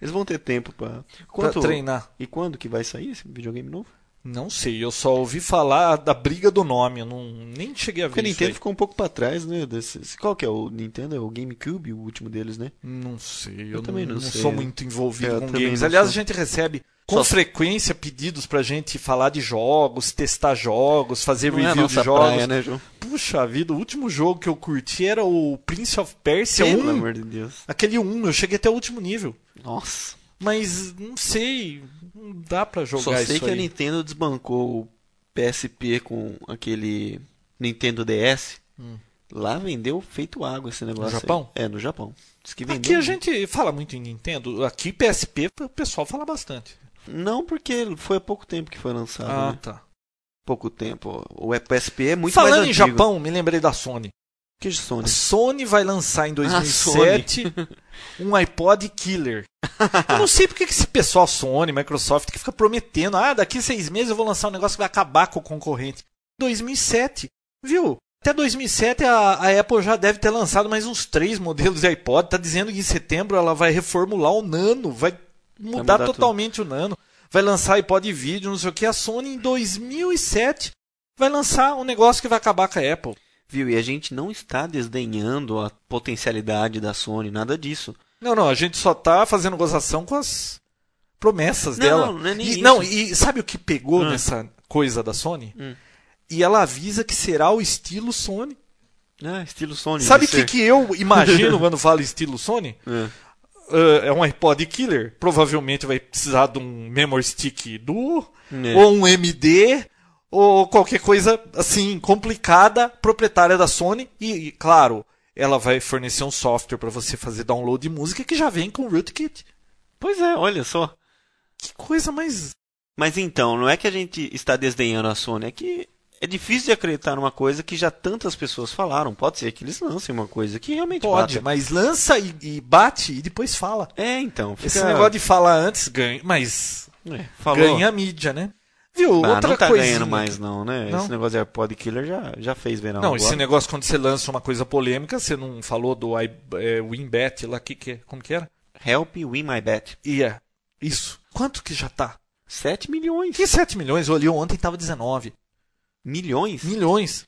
[SPEAKER 2] Eles vão ter tempo pra...
[SPEAKER 3] Pra
[SPEAKER 2] Quanto...
[SPEAKER 3] treinar.
[SPEAKER 2] E quando que vai sair esse videogame novo?
[SPEAKER 3] Não sei, eu só ouvi falar da briga do nome. Eu não, nem cheguei a
[SPEAKER 2] Porque a
[SPEAKER 3] ver isso
[SPEAKER 2] Nintendo
[SPEAKER 3] aí.
[SPEAKER 2] ficou um pouco pra trás, né? desse- qual que é o Nintendo? É o GameCube, o último deles, né?
[SPEAKER 3] Não sei, eu,
[SPEAKER 2] Eu também não sei. É,
[SPEAKER 3] sou muito envolvido
[SPEAKER 2] Eu
[SPEAKER 3] com
[SPEAKER 2] também
[SPEAKER 3] games.
[SPEAKER 2] não
[SPEAKER 3] Aliás,
[SPEAKER 2] sou.
[SPEAKER 3] a gente recebe com
[SPEAKER 2] Só-
[SPEAKER 3] frequência pedidos pra gente falar de jogos, testar jogos, fazer
[SPEAKER 2] Não é a
[SPEAKER 3] review de
[SPEAKER 2] nossa
[SPEAKER 3] jogos.
[SPEAKER 2] praia, né, João?
[SPEAKER 3] Puxa vida, o último jogo que eu curti era o Prince of Persia
[SPEAKER 2] Pelo
[SPEAKER 3] 1.
[SPEAKER 2] amor de Deus.
[SPEAKER 3] Aquele 1, eu cheguei até o último nível.
[SPEAKER 2] Nossa.
[SPEAKER 3] Mas não sei, não dá pra jogar
[SPEAKER 2] Só sei
[SPEAKER 3] isso
[SPEAKER 2] que é a
[SPEAKER 3] aí.
[SPEAKER 2] Nintendo desbancou o PSP com aquele Nintendo DS.
[SPEAKER 3] Hum.
[SPEAKER 2] Lá vendeu feito água esse negócio. aí.
[SPEAKER 3] Japão?
[SPEAKER 2] É, no Japão. Diz que vendeu.
[SPEAKER 3] Aqui a
[SPEAKER 2] muito.
[SPEAKER 3] gente fala muito em Nintendo, aqui PSP o pessoal fala bastante.
[SPEAKER 2] Não, porque foi há pouco tempo que foi lançado. né?
[SPEAKER 3] tá.
[SPEAKER 2] Pouco tempo. O PSP é muito
[SPEAKER 3] Falando
[SPEAKER 2] mais
[SPEAKER 3] em
[SPEAKER 2] antigo
[SPEAKER 3] Japão, me lembrei da Sony.
[SPEAKER 2] que
[SPEAKER 3] A
[SPEAKER 2] Sony. Ah,
[SPEAKER 3] Sony vai lançar em 2007 um iPod Killer. Eu não sei porque que esse pessoal Sony, Microsoft, que fica prometendo, ah, daqui seis meses eu vou lançar um negócio que vai acabar com o concorrente. 2007, viu? Até 2007 a, a Apple já deve ter lançado mais uns três modelos de iPod. Tá dizendo que em setembro ela vai reformular o Nano, vai mudar,
[SPEAKER 2] mudar tudo.
[SPEAKER 3] totalmente o Nano, vai lançar iPod vídeo, não sei o que. A Sony em 2007 vai lançar um negócio que vai acabar com a Apple.
[SPEAKER 2] Viu? E a gente não está desdenhando a potencialidade da Sony, nada disso.
[SPEAKER 3] Não, não, a gente só tá fazendo gozação com as promessas
[SPEAKER 2] Não,
[SPEAKER 3] dela.
[SPEAKER 2] não, não é nem
[SPEAKER 3] e,
[SPEAKER 2] isso.
[SPEAKER 3] não, e sabe o que pegou
[SPEAKER 2] Hum.
[SPEAKER 3] nessa coisa da Sony?
[SPEAKER 2] Hum.
[SPEAKER 3] E ela avisa que será o estilo Sony.
[SPEAKER 2] Ah, estilo Sony.
[SPEAKER 3] sabe o
[SPEAKER 2] de
[SPEAKER 3] que,
[SPEAKER 2] ser.
[SPEAKER 3] que eu imagino quando falo estilo Sony?
[SPEAKER 2] É.
[SPEAKER 3] Ah, é um iPod Killer. Provavelmente vai precisar de um Memory Stick Duo,
[SPEAKER 2] É.
[SPEAKER 3] ou um MD, ou qualquer coisa assim, complicada, proprietária da Sony. E, e, claro, ela vai fornecer um software para você fazer download de música que já vem com o Rootkit.
[SPEAKER 2] Pois é, olha só.
[SPEAKER 3] Que coisa mais
[SPEAKER 2] Mas então, não é que a gente está desdenhando a Sony, é que é difícil de acreditar numa coisa que já tantas pessoas falaram. Pode ser que eles lancem uma coisa que realmente
[SPEAKER 3] Pode,
[SPEAKER 2] bata.
[SPEAKER 3] mas lança e, e bate e depois fala.
[SPEAKER 2] É, então. Fica...
[SPEAKER 3] Esse negócio de falar antes ganha, mas
[SPEAKER 2] É, falou.
[SPEAKER 3] ganha a mídia, né? Viu?
[SPEAKER 2] Ah,
[SPEAKER 3] Outra
[SPEAKER 2] não tá
[SPEAKER 3] coisinha.
[SPEAKER 2] ganhando mais, não, né?
[SPEAKER 3] Não?
[SPEAKER 2] Esse negócio de AirPod Killer já, já fez ver
[SPEAKER 3] Não, esse negócio quando você lança uma coisa polêmica, você não falou do I, é, WinBet lá, que, que, como que era?
[SPEAKER 2] Help Win My Bet.
[SPEAKER 3] E é, isso. Quanto que já tá?
[SPEAKER 2] 7 milhões.
[SPEAKER 3] Que 7 milhões? Eu olhei ontem, tava 19.
[SPEAKER 2] Milhões?
[SPEAKER 3] Milhões.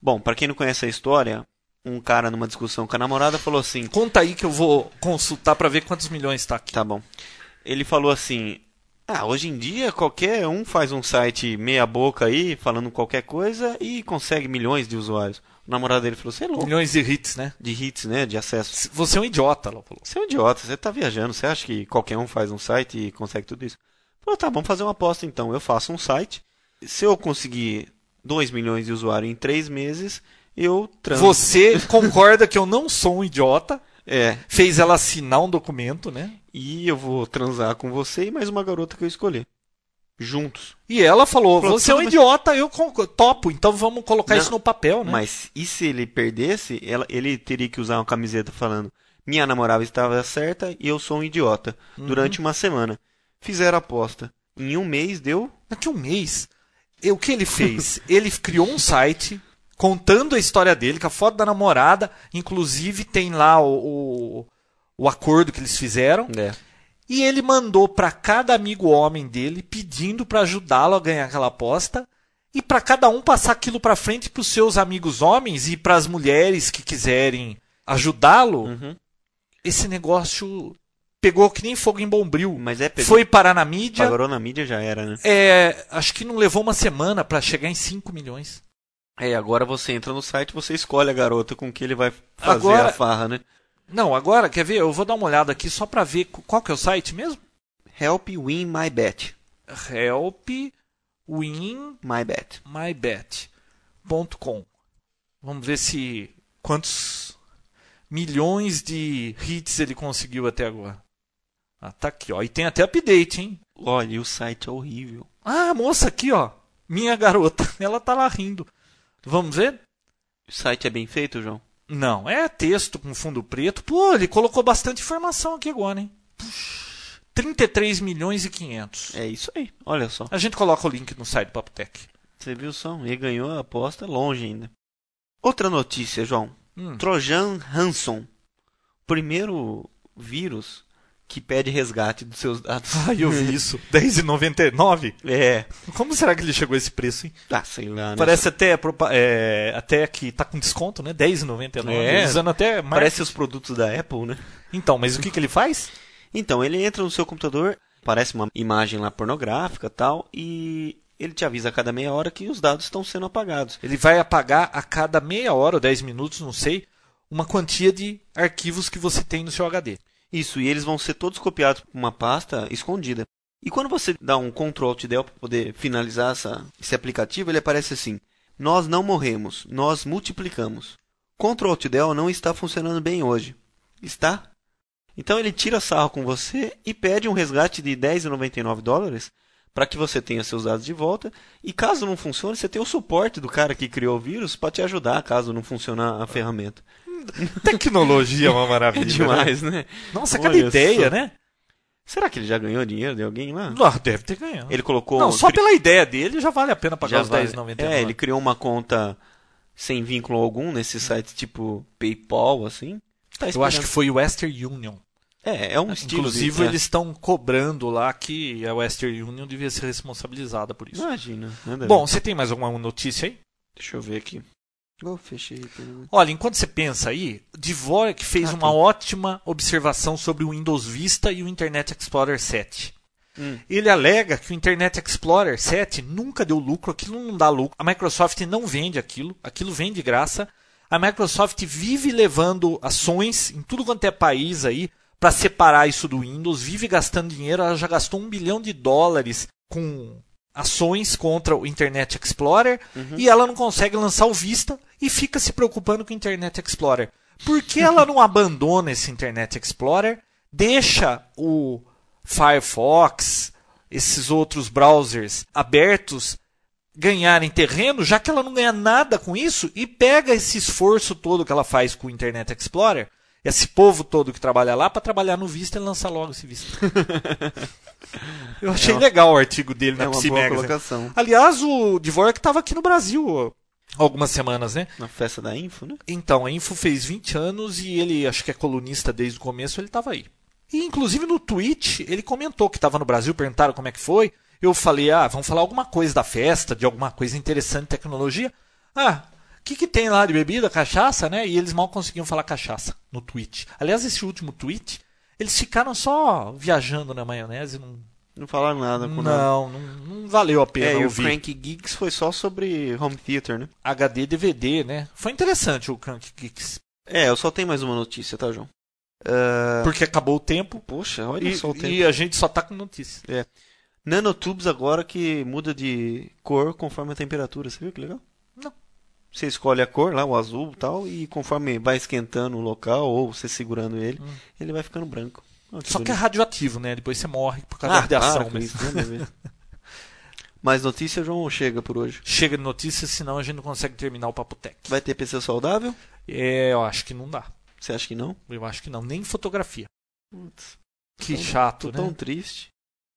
[SPEAKER 2] Bom, pra quem não conhece a história, um cara numa discussão com a namorada falou assim:
[SPEAKER 3] Conta aí que eu vou consultar pra ver quantos milhões tá aqui.
[SPEAKER 2] Tá bom. Ele falou assim: Ah, hoje em dia qualquer um faz um site meia-boca aí, falando qualquer coisa e consegue milhões de usuários. O namorado dele falou: Você é louco
[SPEAKER 3] Milhões de hits, né?
[SPEAKER 2] de hits, né? De acesso.
[SPEAKER 3] C- Você é um idiota, Lopolo.
[SPEAKER 2] Você é um idiota, você tá viajando. Você acha que qualquer um faz um site e consegue tudo isso? Ele Falou: Tá, vamos fazer uma aposta então. Eu faço um site. Se eu conseguir 2 milhões de usuários em 3 meses, eu trans.
[SPEAKER 3] Você concorda que eu não sou um idiota?
[SPEAKER 2] É,
[SPEAKER 3] fez ela assinar um documento, né?
[SPEAKER 2] e eu vou transar com você e mais uma garota que eu escolher. Juntos.
[SPEAKER 3] E ela falou:
[SPEAKER 2] Falou,
[SPEAKER 3] você é um
[SPEAKER 2] tudo bem.
[SPEAKER 3] idiota, eu con- topo, então vamos colocar
[SPEAKER 2] Não,
[SPEAKER 3] isso no papel, né?
[SPEAKER 2] Mas e se ele perdesse, ela- ele teria que usar uma camiseta falando: Minha namorada estava certa e eu sou um idiota. Durante uma semana. Fizeram a aposta. Em um mês deu.
[SPEAKER 3] Daqui a um mês, e o que ele fez? ele criou um site contando a história dele, com a foto da namorada, inclusive tem lá o, o, o acordo que eles fizeram.
[SPEAKER 2] É.
[SPEAKER 3] E ele mandou pra cada amigo homem dele pedindo pra ajudá-lo a ganhar aquela aposta e pra cada um passar aquilo pra frente pros seus amigos homens e pras mulheres que quiserem ajudá-lo.
[SPEAKER 2] Uhum.
[SPEAKER 3] Esse negócio pegou que nem fogo em bombril.
[SPEAKER 2] Mas é pegou.
[SPEAKER 3] Foi parar na mídia.
[SPEAKER 2] Agora na mídia já era, né?
[SPEAKER 3] É, acho que não levou uma semana pra chegar em 5 milhões.
[SPEAKER 2] É, agora você entra no site você escolhe a garota com que ele vai fazer
[SPEAKER 3] Agora-
[SPEAKER 2] a farra, né?
[SPEAKER 3] Não, agora, quer ver? Eu vou dar uma olhada aqui só pra ver qu- qual que é o site mesmo.
[SPEAKER 2] Help win my bet.
[SPEAKER 3] Help Win
[SPEAKER 2] My bet.
[SPEAKER 3] mybet.com. Vamos ver se quantos milhões de hits ele conseguiu até agora. Ah, tá aqui, ó. E tem até update, hein?
[SPEAKER 2] Olha, e o site é horrível.
[SPEAKER 3] Ah, a moça aqui, ó. Minha garota, ela tá lá rindo. Vamos ver?
[SPEAKER 2] O site é bem feito, João?
[SPEAKER 3] Não, é texto com fundo preto. Pô, ele colocou bastante informação aqui agora, hein? Puxa, 33 milhões e 500.
[SPEAKER 2] É isso aí. Olha só.
[SPEAKER 3] A gente coloca o link no site do Papotec.
[SPEAKER 2] Você viu só? Ele ganhou a aposta longe ainda. Outra notícia, João.
[SPEAKER 3] Hum.
[SPEAKER 2] Trojan Hanson. Primeiro vírus que pede resgate dos seus dados.
[SPEAKER 3] Ai, eu vi isso. 10,99?
[SPEAKER 2] É.
[SPEAKER 3] Como será que ele chegou a esse preço, hein?
[SPEAKER 2] Ah, sei lá, né?
[SPEAKER 3] Parece até, propa- é, até que tá com desconto, né? R$10,99.
[SPEAKER 2] É.
[SPEAKER 3] Usando até mais.
[SPEAKER 2] Parece os produtos da Apple, né?
[SPEAKER 3] Então, mas o que, que ele faz?
[SPEAKER 2] Então, ele entra no seu computador, aparece uma imagem lá pornográfica tal, e ele te avisa a cada meia hora que os dados estão sendo apagados.
[SPEAKER 3] Ele vai apagar a cada meia hora ou 10 minutos, não sei, uma quantia de arquivos que você tem no seu HD.
[SPEAKER 2] Isso, e eles vão ser todos copiados para uma pasta escondida. E quando você dá um Ctrl Alt Del para poder finalizar essa- esse aplicativo, ele aparece assim: Nós não morremos, nós multiplicamos. Ctrl Alt Del não está funcionando bem hoje. Está? Então ele tira sarro com você e pede um resgate de 10,99 dólares para que você tenha seus dados de volta. E caso não funcione, você tem o suporte do cara que criou o vírus para te ajudar caso não funcionar a ferramenta.
[SPEAKER 3] Tecnologia é uma
[SPEAKER 2] É
[SPEAKER 3] maravilha.
[SPEAKER 2] demais, né?
[SPEAKER 3] Nossa, cada
[SPEAKER 2] Olha
[SPEAKER 3] ideia,
[SPEAKER 2] só.
[SPEAKER 3] né?
[SPEAKER 2] Será que ele já ganhou dinheiro de alguém lá?
[SPEAKER 3] Ah, deve ter ganhado.
[SPEAKER 2] Ele colocou
[SPEAKER 3] Não,
[SPEAKER 2] um
[SPEAKER 3] só pela ideia dele já vale a pena pagar
[SPEAKER 2] Já
[SPEAKER 3] os
[SPEAKER 2] vale.
[SPEAKER 3] 10,99.
[SPEAKER 2] É, ele criou uma conta sem vínculo algum nesses sites tipo PayPal, assim. Tá
[SPEAKER 3] Eu acho que
[SPEAKER 2] esperando.
[SPEAKER 3] foi Western Union.
[SPEAKER 2] É, é um estilo.
[SPEAKER 3] Inclusive,
[SPEAKER 2] de... é.
[SPEAKER 3] eles estão cobrando lá que a Western Union devia ser responsabilizada por isso.
[SPEAKER 2] Imagina. nada a
[SPEAKER 3] É. Bom,
[SPEAKER 2] ver.
[SPEAKER 3] você tem mais alguma notícia aí?
[SPEAKER 2] deixa eu ver aqui. Eu fechei aqui, né?
[SPEAKER 3] Olha, enquanto você pensa aí, Dvorak fez
[SPEAKER 2] Ah,
[SPEAKER 3] uma
[SPEAKER 2] tá.
[SPEAKER 3] ótima observação sobre o Windows Vista e o Internet Explorer 7.
[SPEAKER 2] Hum.
[SPEAKER 3] Ele alega que o Internet Explorer 7 nunca deu lucro, aquilo não dá lucro. A Microsoft não vende aquilo, aquilo vem de graça. A Microsoft vive levando ações em tudo quanto é país aí para separar isso do Windows, vive gastando dinheiro, ela já gastou um bilhão de dólares com ações contra o Internet Explorer
[SPEAKER 2] Uhum.
[SPEAKER 3] e ela não consegue lançar o Vista e fica se preocupando com o Internet Explorer. Por que ela não abandona esse Internet Explorer, deixa o Firefox, esses outros browsers abertos ganharem terreno, já que ela não ganha nada com isso, e pega esse esforço todo que ela faz com o Internet Explorer, esse povo todo que trabalha lá, para trabalhar no Vista e lançar logo esse Vista. Eu achei legal né? o artigo dele na
[SPEAKER 2] É uma
[SPEAKER 3] PC
[SPEAKER 2] boa
[SPEAKER 3] Magazine.
[SPEAKER 2] colocação.
[SPEAKER 3] Aliás, o Dvorak estava aqui no Brasil ó, algumas semanas, né?
[SPEAKER 2] Na festa da Info, né?
[SPEAKER 3] Então, a Info fez 20 anos e ele, acho que é colunista desde o começo, ele estava aí. E, inclusive, no tweet, ele comentou que estava no Brasil, perguntaram como é que foi. Eu falei, ah, vamos falar alguma coisa da festa, de alguma coisa interessante de tecnologia. Ah, o que, que tem lá de bebida? Cachaça, né? E eles mal conseguiam falar cachaça no tweet. Aliás, esse último tweet, eles ficaram só viajando na maionese. Não,
[SPEAKER 2] Não falaram nada com nada.
[SPEAKER 3] não, não, não valeu a pena
[SPEAKER 2] É, e o
[SPEAKER 3] ouvir.
[SPEAKER 2] Crank Geeks foi só sobre home theater, né?
[SPEAKER 3] HD, DVD, né? Foi interessante o Crank Kicks,
[SPEAKER 2] É, eu só tenho mais uma notícia, tá, João? Ah,
[SPEAKER 3] porque acabou o tempo
[SPEAKER 2] Poxa, olha
[SPEAKER 3] e,
[SPEAKER 2] só o tempo.
[SPEAKER 3] e a gente só tá com notícia.
[SPEAKER 2] Nanotubes agora que muda de cor conforme a temperatura, você viu que legal?
[SPEAKER 3] Não.
[SPEAKER 2] Você escolhe a cor lá, o azul e tal, e conforme vai esquentando o local ou você segurando ele, ele vai ficando branco. Olha
[SPEAKER 3] Hum. Só que é
[SPEAKER 2] bonito. Ah,
[SPEAKER 3] radioativo, né? Depois você morre por causa da
[SPEAKER 2] para
[SPEAKER 3] radiação.
[SPEAKER 2] com
[SPEAKER 3] mas-
[SPEAKER 2] isso, nada a ver. Mais notícia, João, ou chega por hoje?
[SPEAKER 3] Chega de notícias, senão a gente não consegue terminar o Papotec.
[SPEAKER 2] Vai ter PC saudável?
[SPEAKER 3] É, eu acho que não dá.
[SPEAKER 2] Você acha que não?
[SPEAKER 3] Eu acho que não. Nem fotografia.
[SPEAKER 2] Putz,
[SPEAKER 3] Que
[SPEAKER 2] Tô-
[SPEAKER 3] chato,
[SPEAKER 2] tô
[SPEAKER 3] né?
[SPEAKER 2] tão triste.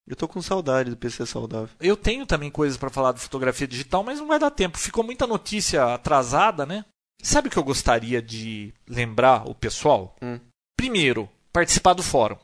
[SPEAKER 2] Eu tô com saudade do PC saudável.
[SPEAKER 3] Eu tenho também coisas pra falar de fotografia digital, mas não vai dar tempo. Ficou muita notícia atrasada, né? Sabe o que eu gostaria de lembrar o pessoal?
[SPEAKER 2] Hum.
[SPEAKER 3] Primeiro, participar do fórum.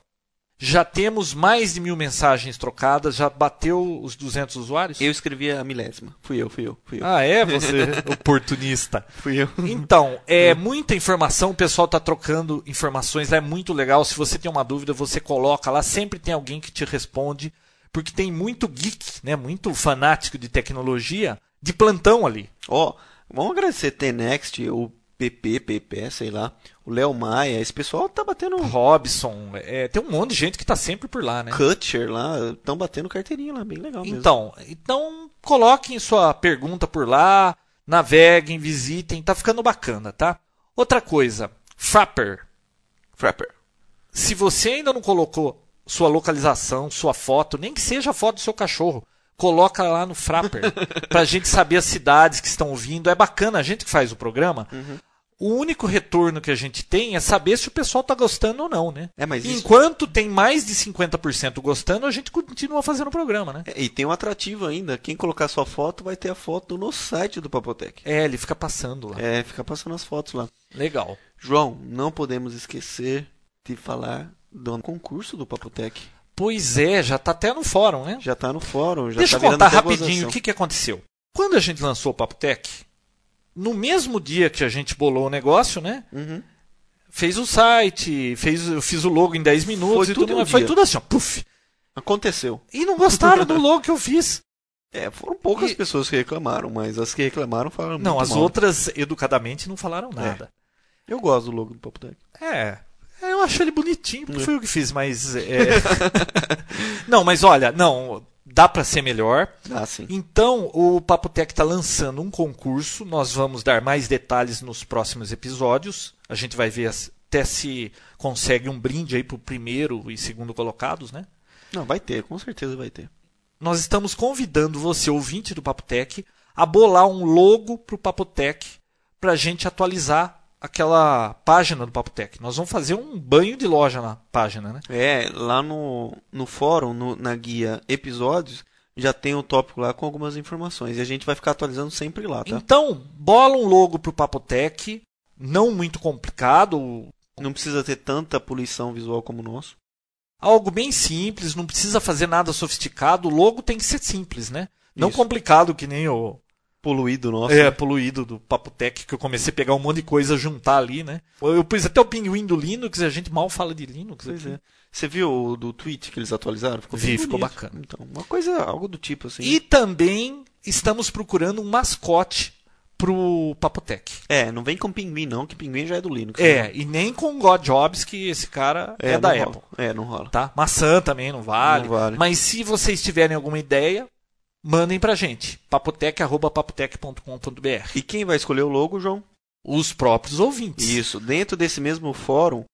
[SPEAKER 3] Já temos mais de mil mensagens trocadas, já bateu os 200 usuários?
[SPEAKER 2] Eu escrevi a milésima. Fui eu, fui eu, fui eu.
[SPEAKER 3] Ah, é? Você oportunista.
[SPEAKER 2] Fui eu.
[SPEAKER 3] Então, é muita informação, o pessoal tá trocando informações, é muito legal. Se você tem uma dúvida, você coloca lá, sempre tem alguém que te responde, porque tem muito geek, né, muito fanático de tecnologia de plantão ali.
[SPEAKER 2] Ó, vamos agradecer T-Next, o PP, PP, sei lá, o Léo Maia, esse pessoal tá batendo
[SPEAKER 3] Robson, é, tem um monte de gente que tá sempre por lá, né?
[SPEAKER 2] Cutcher lá, estão batendo carteirinha lá, bem legal mesmo.
[SPEAKER 3] Então, então coloquem sua pergunta por lá, naveguem, visitem, tá ficando bacana, tá? Outra coisa, Frapper,
[SPEAKER 2] Frapper.
[SPEAKER 3] Se você ainda não colocou sua localização, sua foto, nem que seja a foto do seu cachorro, coloca lá no Frapper pra gente saber as cidades que estão ouvindo. É bacana, a gente que faz o programa.
[SPEAKER 2] Uhum.
[SPEAKER 3] O único retorno que a gente tem é saber se o pessoal tá gostando ou não, né?
[SPEAKER 2] É, mas isso-
[SPEAKER 3] Enquanto tem mais de 50% gostando, a gente continua fazendo o programa, né?
[SPEAKER 2] É, E tem um atrativo ainda, quem colocar sua foto vai ter a foto no site do Papotec.
[SPEAKER 3] É, ele fica passando lá.
[SPEAKER 2] É, fica passando as fotos lá.
[SPEAKER 3] Legal.
[SPEAKER 2] João, não podemos esquecer de falar do concurso do Papotec.
[SPEAKER 3] Pois é, já tá até no fórum, né?
[SPEAKER 2] Já tá no fórum, já
[SPEAKER 3] Deixa
[SPEAKER 2] tá
[SPEAKER 3] eu
[SPEAKER 2] virando
[SPEAKER 3] contar
[SPEAKER 2] até
[SPEAKER 3] rapidinho
[SPEAKER 2] gozação.
[SPEAKER 3] o que, que aconteceu. Quando a gente lançou o Papotec, no mesmo dia que a gente bolou o negócio, né?
[SPEAKER 2] Uhum.
[SPEAKER 3] Fez o site, fez, eu fiz o logo em 10 minutos
[SPEAKER 2] Foi
[SPEAKER 3] e
[SPEAKER 2] tudo
[SPEAKER 3] tudo,
[SPEAKER 2] em um
[SPEAKER 3] mais. foi
[SPEAKER 2] dia.
[SPEAKER 3] tudo assim, ó, puf.
[SPEAKER 2] Aconteceu.
[SPEAKER 3] E não gostaram do logo que eu fiz.
[SPEAKER 2] É, foram poucas
[SPEAKER 3] E-
[SPEAKER 2] pessoas que reclamaram, mas as que reclamaram falaram
[SPEAKER 3] não,
[SPEAKER 2] muito
[SPEAKER 3] as
[SPEAKER 2] mal. É.
[SPEAKER 3] outras educadamente não falaram nada.
[SPEAKER 2] Eu gosto do logo do Papotec.
[SPEAKER 3] É. Eu acho ele bonitinho, porque foi eu que fiz, mas é... Não, mas olha, não, dá pra ser melhor.
[SPEAKER 2] Ah, sim.
[SPEAKER 3] Então, o Papotec está lançando um concurso. Nós vamos dar mais detalhes nos próximos episódios. A gente vai ver as- até se consegue um brinde aí para o primeiro e segundo colocados, né?
[SPEAKER 2] Não, vai ter, com certeza vai ter.
[SPEAKER 3] Nós estamos convidando você, ouvinte do Papotec, a bolar um logo para o Papotec para a gente atualizar aquela página do Papotec. Nós vamos fazer um banho de loja na página, né?
[SPEAKER 2] É, lá no, no fórum, no- na guia episódios, já tem o tópico lá com algumas informações. E a gente vai ficar atualizando sempre lá, tá?
[SPEAKER 3] Então, bola um logo para o Papotec, não muito complicado,
[SPEAKER 2] Não precisa ter tanta poluição visual como o nosso.
[SPEAKER 3] Algo bem simples, não precisa fazer nada sofisticado. O logo tem que ser simples, né? Não
[SPEAKER 2] Isso.
[SPEAKER 3] complicado que nem o
[SPEAKER 2] poluído nosso.
[SPEAKER 3] É,
[SPEAKER 2] né?
[SPEAKER 3] poluído do Papotec, que eu comecei a pegar um monte de coisa juntar ali, né? Eu pus até o pinguim do Linux e a gente mal fala de Linux. né?
[SPEAKER 2] Pois
[SPEAKER 3] aqui.
[SPEAKER 2] é. Você viu o do tweet que eles atualizaram? Ficou bem
[SPEAKER 3] Vi, ficou
[SPEAKER 2] bonito.
[SPEAKER 3] bacana.
[SPEAKER 2] Então, uma coisa, algo do tipo assim.
[SPEAKER 3] E também estamos procurando um mascote pro Papotec.
[SPEAKER 2] É, não vem com pinguim não, que pinguim já é do Linux. né?
[SPEAKER 3] É, e nem com o God Jobs, que esse cara é,
[SPEAKER 2] não
[SPEAKER 3] da
[SPEAKER 2] rola.
[SPEAKER 3] Apple.
[SPEAKER 2] É, não rola.
[SPEAKER 3] Tá? Maçã também não vale.
[SPEAKER 2] Não vale.
[SPEAKER 3] Mas se vocês tiverem alguma ideia, mandem pra gente. papotec.papotec.com.br
[SPEAKER 2] E quem vai escolher o logo, João?
[SPEAKER 3] Os próprios ouvintes.
[SPEAKER 2] Isso, dentro desse mesmo fórum,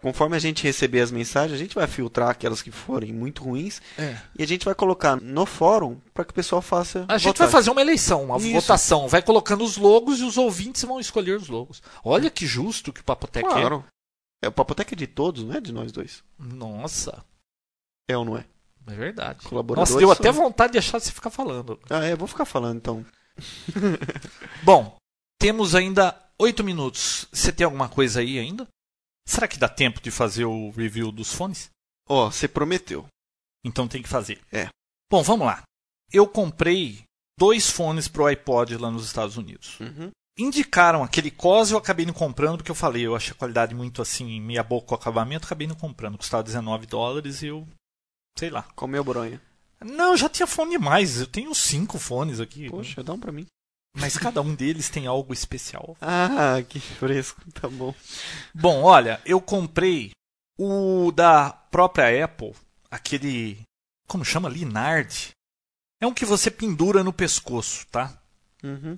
[SPEAKER 2] conforme a gente receber as mensagens, a gente vai filtrar aquelas que forem muito ruins
[SPEAKER 3] É.
[SPEAKER 2] e a gente vai colocar no fórum para que o pessoal faça.
[SPEAKER 3] A gente
[SPEAKER 2] votar.
[SPEAKER 3] vai fazer uma eleição, uma
[SPEAKER 2] Isso.
[SPEAKER 3] votação. Vai colocando os logos e os ouvintes vão escolher os logos. Olha que justo que o Papotec é.
[SPEAKER 2] Claro. É, o Papoteca é de todos, não é de nós dois.
[SPEAKER 3] Nossa,
[SPEAKER 2] É ou não é?
[SPEAKER 3] é verdade.
[SPEAKER 2] Colaboradores
[SPEAKER 3] Nossa, deu
[SPEAKER 2] são-
[SPEAKER 3] até vontade de deixar você ficar falando.
[SPEAKER 2] Ah, é, vou ficar falando então.
[SPEAKER 3] Bom, temos ainda oito minutos. Você tem alguma coisa aí ainda? Será que dá tempo de fazer o review dos fones?
[SPEAKER 2] Ó, você prometeu.
[SPEAKER 3] Então tem que fazer.
[SPEAKER 2] É.
[SPEAKER 3] Bom, vamos lá. Eu comprei dois fones pro iPod lá nos Estados Unidos.
[SPEAKER 2] Uhum.
[SPEAKER 3] indicaram aquele COS, eu acabei não comprando, porque eu falei, eu achei a qualidade muito assim, meia boca o acabamento, acabei não comprando. Custava 19 dólares e eu. sei lá.
[SPEAKER 2] Comeu bronha.
[SPEAKER 3] Não, eu já tinha fone demais, eu tenho cinco fones aqui.
[SPEAKER 2] Poxa, dá um pra mim.
[SPEAKER 3] Mas cada um deles tem algo especial.
[SPEAKER 2] Ah, que fresco, tá bom.
[SPEAKER 3] Bom, olha, eu comprei o da própria Apple, aquele. como chama? Linard. É um que você pendura no pescoço, tá?
[SPEAKER 2] Uhum.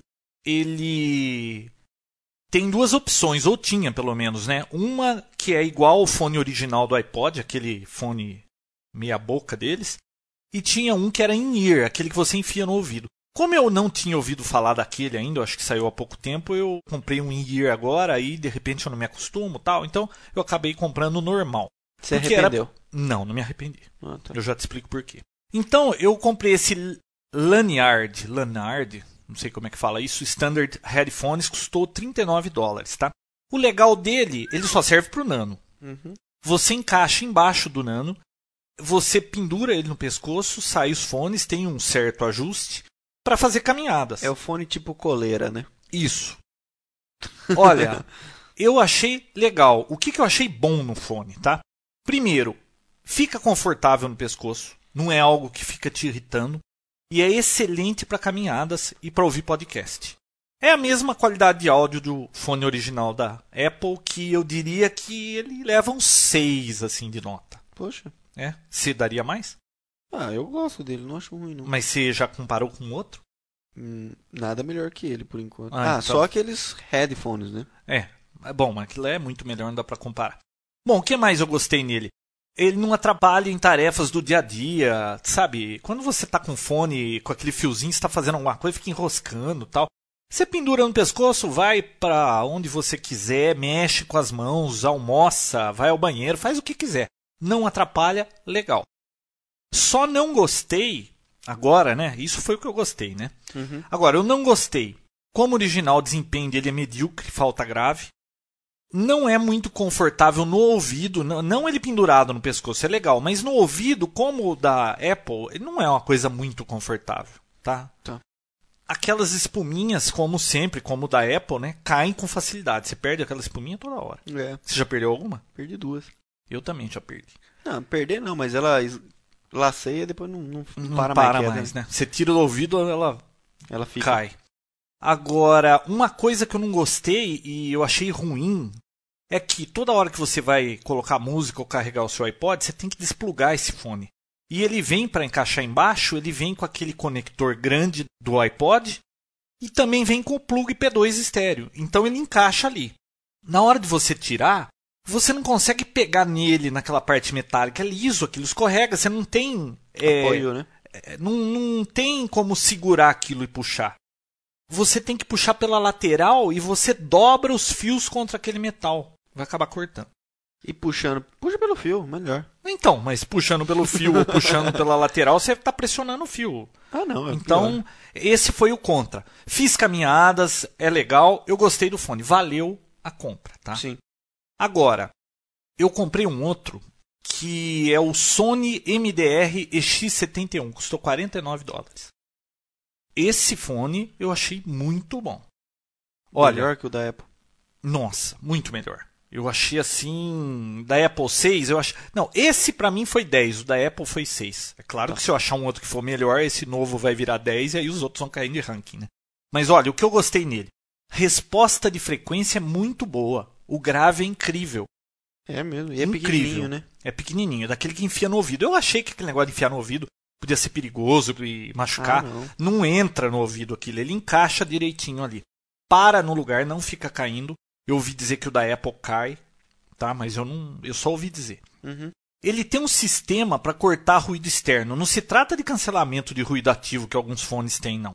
[SPEAKER 3] ele tem duas opções, ou tinha pelo menos, né? Uma que é igual ao fone original do iPod, aquele fone meia boca deles, e tinha um que era in-ear, aquele que você enfia no ouvido. Como eu não tinha ouvido falar daquele ainda, eu acho que saiu há pouco tempo, eu comprei um in-ear agora e de repente eu não me acostumo, tal, então eu acabei comprando o normal.
[SPEAKER 2] Você
[SPEAKER 3] Porque era-
[SPEAKER 2] arrependeu.
[SPEAKER 3] Não, não me arrependi.
[SPEAKER 2] Ah, tá.
[SPEAKER 3] Eu já te explico por quê. Então, eu comprei esse Lanyard, Lanyard, não sei como é que fala isso, Standard Headphones, custou 39 dólares, tá? O legal dele, ele só serve pro Nano.
[SPEAKER 2] Uhum.
[SPEAKER 3] Você encaixa embaixo do Nano, você pendura ele no pescoço, sai os fones, tem um certo ajuste para fazer caminhadas.
[SPEAKER 2] É o fone tipo coleira, né?
[SPEAKER 3] Isso. Olha, eu achei legal. O que, que eu achei bom no fone, tá? Primeiro, fica confortável no pescoço. Não é algo que fica te irritando. E é excelente para caminhadas e para ouvir podcast. É a mesma qualidade de áudio do fone original da Apple, que eu diria que ele leva uns 6 assim, de nota.
[SPEAKER 2] Poxa.
[SPEAKER 3] É? Você daria mais?
[SPEAKER 2] Ah, eu gosto dele, não acho ruim, não.
[SPEAKER 3] Mas você já comparou com o outro?
[SPEAKER 2] Hum, nada melhor que ele, por enquanto.
[SPEAKER 3] Ah,
[SPEAKER 2] Ah,
[SPEAKER 3] então.
[SPEAKER 2] só aqueles headphones, né?
[SPEAKER 3] É, é bom, mas aquilo é muito melhor, não dá pra comparar. Bom, o que mais eu gostei nele? Ele não atrapalha em tarefas do dia a dia, sabe? Quando você tá com fone, com aquele fiozinho, você tá fazendo alguma coisa, fica enroscando tal. Você pendura no pescoço, vai pra onde você quiser, mexe com as mãos, almoça, vai ao banheiro, faz o que quiser. Não atrapalha, legal. Só não gostei, agora, né? Isso foi o que eu gostei, né?
[SPEAKER 2] Uhum.
[SPEAKER 3] Agora, eu não gostei. Como original, o desempenho dele é medíocre, falta grave. Não é muito confortável no ouvido, não, não ele pendurado no pescoço, é legal, mas no ouvido, como o da Apple, ele não é uma coisa muito confortável, tá?
[SPEAKER 2] Tá.
[SPEAKER 3] Aquelas espuminhas, como sempre, como o da Apple, né, caem com facilidade. Você perde aquela espuminha toda hora.
[SPEAKER 2] É,
[SPEAKER 3] Você já perdeu alguma?
[SPEAKER 2] perdi duas.
[SPEAKER 3] Eu também já perdi.
[SPEAKER 2] Não, perder não, mas ela es- laceia depois não, não, não
[SPEAKER 3] Não
[SPEAKER 2] para, mais, queda,
[SPEAKER 3] mais né? Você tira do ouvido, ela
[SPEAKER 2] Ela fica.
[SPEAKER 3] cai. Agora, uma coisa que eu não gostei e eu achei ruim é que toda hora que você vai colocar música ou carregar o seu iPod, você tem que desplugar esse fone. E ele vem para encaixar embaixo, ele vem com aquele conector grande do iPod e também vem com o plug P2 estéreo. Então ele encaixa ali. Na hora de você tirar, você não consegue pegar nele naquela parte metálica, é liso, aquilo escorrega, você não tem é,
[SPEAKER 2] Apoio, né?
[SPEAKER 3] é, não, não tem como segurar aquilo e puxar. Você tem que puxar pela lateral e você dobra os fios contra aquele metal. Vai acabar cortando.
[SPEAKER 2] E puxando. Puxa pelo fio, melhor.
[SPEAKER 3] Então, mas puxando pelo fio ou puxando pela lateral, você está pressionando o fio.
[SPEAKER 2] Ah, não. É
[SPEAKER 3] Então, esse foi o contra. Fiz caminhadas, é legal, eu gostei do fone. Valeu a compra, tá?
[SPEAKER 2] pior. Sim.
[SPEAKER 3] Agora, eu comprei um outro que é um, o Sony MDR EX71, custou 49 dólares. Esse fone eu achei muito bom. Olha,
[SPEAKER 2] Melhor que o da Apple.
[SPEAKER 3] nossa, muito melhor. Eu achei assim, da Apple 6, eu acho. Não, esse pra mim foi 10, o da Apple foi 6. É claro que se eu achar um outro que for melhor, esse novo vai virar 10 e aí os outros vão caindo de ranking, né? Mas olha, o que eu gostei nele. Resposta de frequência é muito boa. O grave é incrível.
[SPEAKER 2] É mesmo. E é
[SPEAKER 3] Incrível.
[SPEAKER 2] pequenininho, né?
[SPEAKER 3] É pequenininho, é daquele que enfia no ouvido. Eu achei que aquele negócio de enfiar no ouvido podia ser perigoso e machucar.
[SPEAKER 2] Ah, não.
[SPEAKER 3] não. entra no ouvido aquilo, ele encaixa direitinho ali. Para no lugar, não fica caindo. Eu ouvi dizer que o da Apple cai, tá? Mas eu não, eu só ouvi dizer.
[SPEAKER 2] Uhum.
[SPEAKER 3] Ele tem um sistema para cortar ruído externo. Não se trata de cancelamento de ruído ativo que alguns fones têm, não.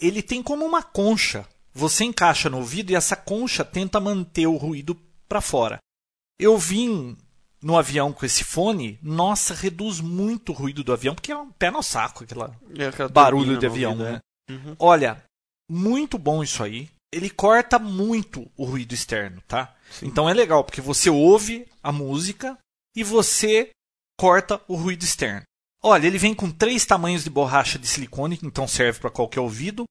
[SPEAKER 3] Ele tem como uma concha. Você encaixa no ouvido e essa concha tenta manter o ruído para fora. Eu vim no avião com esse fone, nossa, reduz muito o ruído do avião, porque é um pé no saco aquela
[SPEAKER 2] E É aquela turbina
[SPEAKER 3] barulho de
[SPEAKER 2] no
[SPEAKER 3] avião,
[SPEAKER 2] ouvido,
[SPEAKER 3] né?
[SPEAKER 2] é. Uhum.
[SPEAKER 3] Olha, muito bom isso aí. Ele corta muito o ruído externo, tá? Então é legal, porque você ouve a música e você corta o ruído externo. Olha, ele vem com três tamanhos de borracha de silicone, então serve para qualquer ouvido.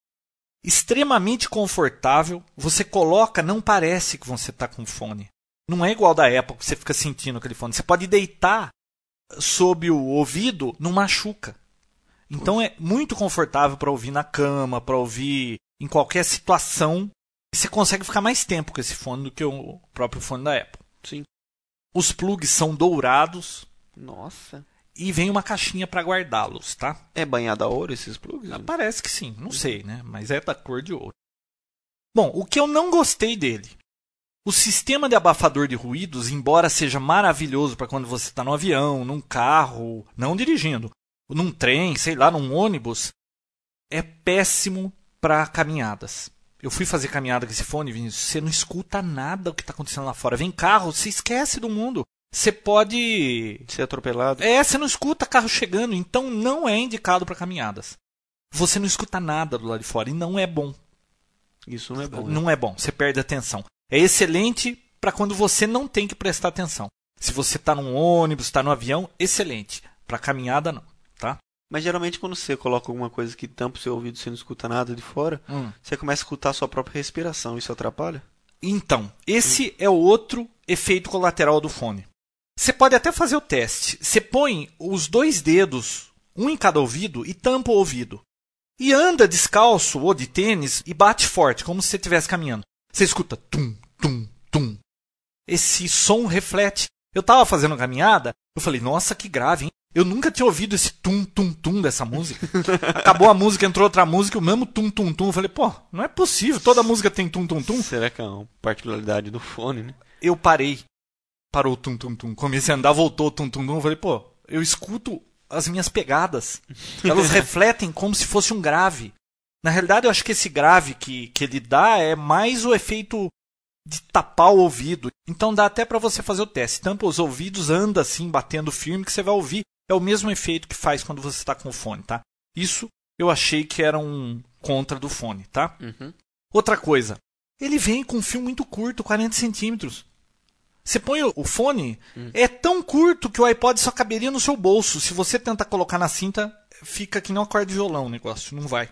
[SPEAKER 3] Extremamente confortável. Você coloca, não parece que você está com fone. Não é igual da Apple, que você fica sentindo aquele fone. Você pode deitar sob o ouvido, não machuca. Então é muito confortável para ouvir na cama, para ouvir em qualquer situação. E Você consegue ficar mais tempo com esse fone do que o próprio fone da Apple.
[SPEAKER 2] Sim.
[SPEAKER 3] Os plugs são dourados
[SPEAKER 2] Nossa.
[SPEAKER 3] e vem uma caixinha para guardá-los, tá?
[SPEAKER 2] É banhada a ouro esses plugs?
[SPEAKER 3] Ah, Parece que sim, não sei, né? Mas é da cor de ouro. Bom, o que eu não gostei dele. O sistema de abafador de ruídos, embora seja maravilhoso para quando você está no avião, num carro, não dirigindo, num trem, sei lá, num ônibus, é péssimo para caminhadas. Eu fui fazer caminhada com esse fone, Vinícius, você não escuta nada o que está acontecendo lá fora. Vem carro, você esquece do mundo. Você pode
[SPEAKER 2] Ser atropelado?
[SPEAKER 3] é, você não escuta carro chegando, então não é indicado para caminhadas. Você não escuta nada do lado de fora e não é bom.
[SPEAKER 2] Isso não é bom. né?
[SPEAKER 3] Não é bom, você perde atenção. É excelente para quando você não tem que prestar atenção. Se você tá num ônibus, tá no avião, excelente. Para caminhada não, tá?
[SPEAKER 2] Mas geralmente quando você coloca alguma coisa que tampa o seu ouvido e você não escuta nada de fora,
[SPEAKER 3] Hum.
[SPEAKER 2] você começa a escutar a sua própria respiração. Isso atrapalha?
[SPEAKER 3] Então, esse é o outro efeito colateral do fone. Você pode até fazer o teste. Você põe os dois dedos, um em cada ouvido, e tampa o ouvido. E anda descalço ou de tênis e bate forte, como se você estivesse caminhando. Você escuta tum, tum, tum. Esse som reflete. Eu estava fazendo caminhada, eu falei, nossa, que grave, hein? Eu nunca tinha ouvido esse tum, tum, tum dessa música. Acabou a música, entrou outra música, o mesmo tum, tum, tum. Eu falei, pô, não é possível, toda música tem tum, tum, tum.
[SPEAKER 2] Será que é uma particularidade do fone, né?
[SPEAKER 3] Eu parei. Parou o tum-tum-tum. Comecei a andar, voltou o tum-tum-tum. Falei, pô, eu escuto as minhas pegadas. Elas refletem como se fosse um grave. Na realidade, eu acho que esse grave que, que ele dá é mais o efeito de tapar o ouvido. Então dá até pra você fazer o teste. Tampa os ouvidos, anda assim, batendo firme, que você vai ouvir. É o mesmo efeito que faz quando você está com o fone, tá? Isso eu achei que era um contra do fone, tá?
[SPEAKER 2] Uhum.
[SPEAKER 3] Outra coisa, ele vem com um fio muito curto, 40 centímetros. Você põe o o fone, é tão curto que o iPod só caberia no seu bolso. Se você tentar colocar na cinta, fica que não acorde violão o negócio, não vai.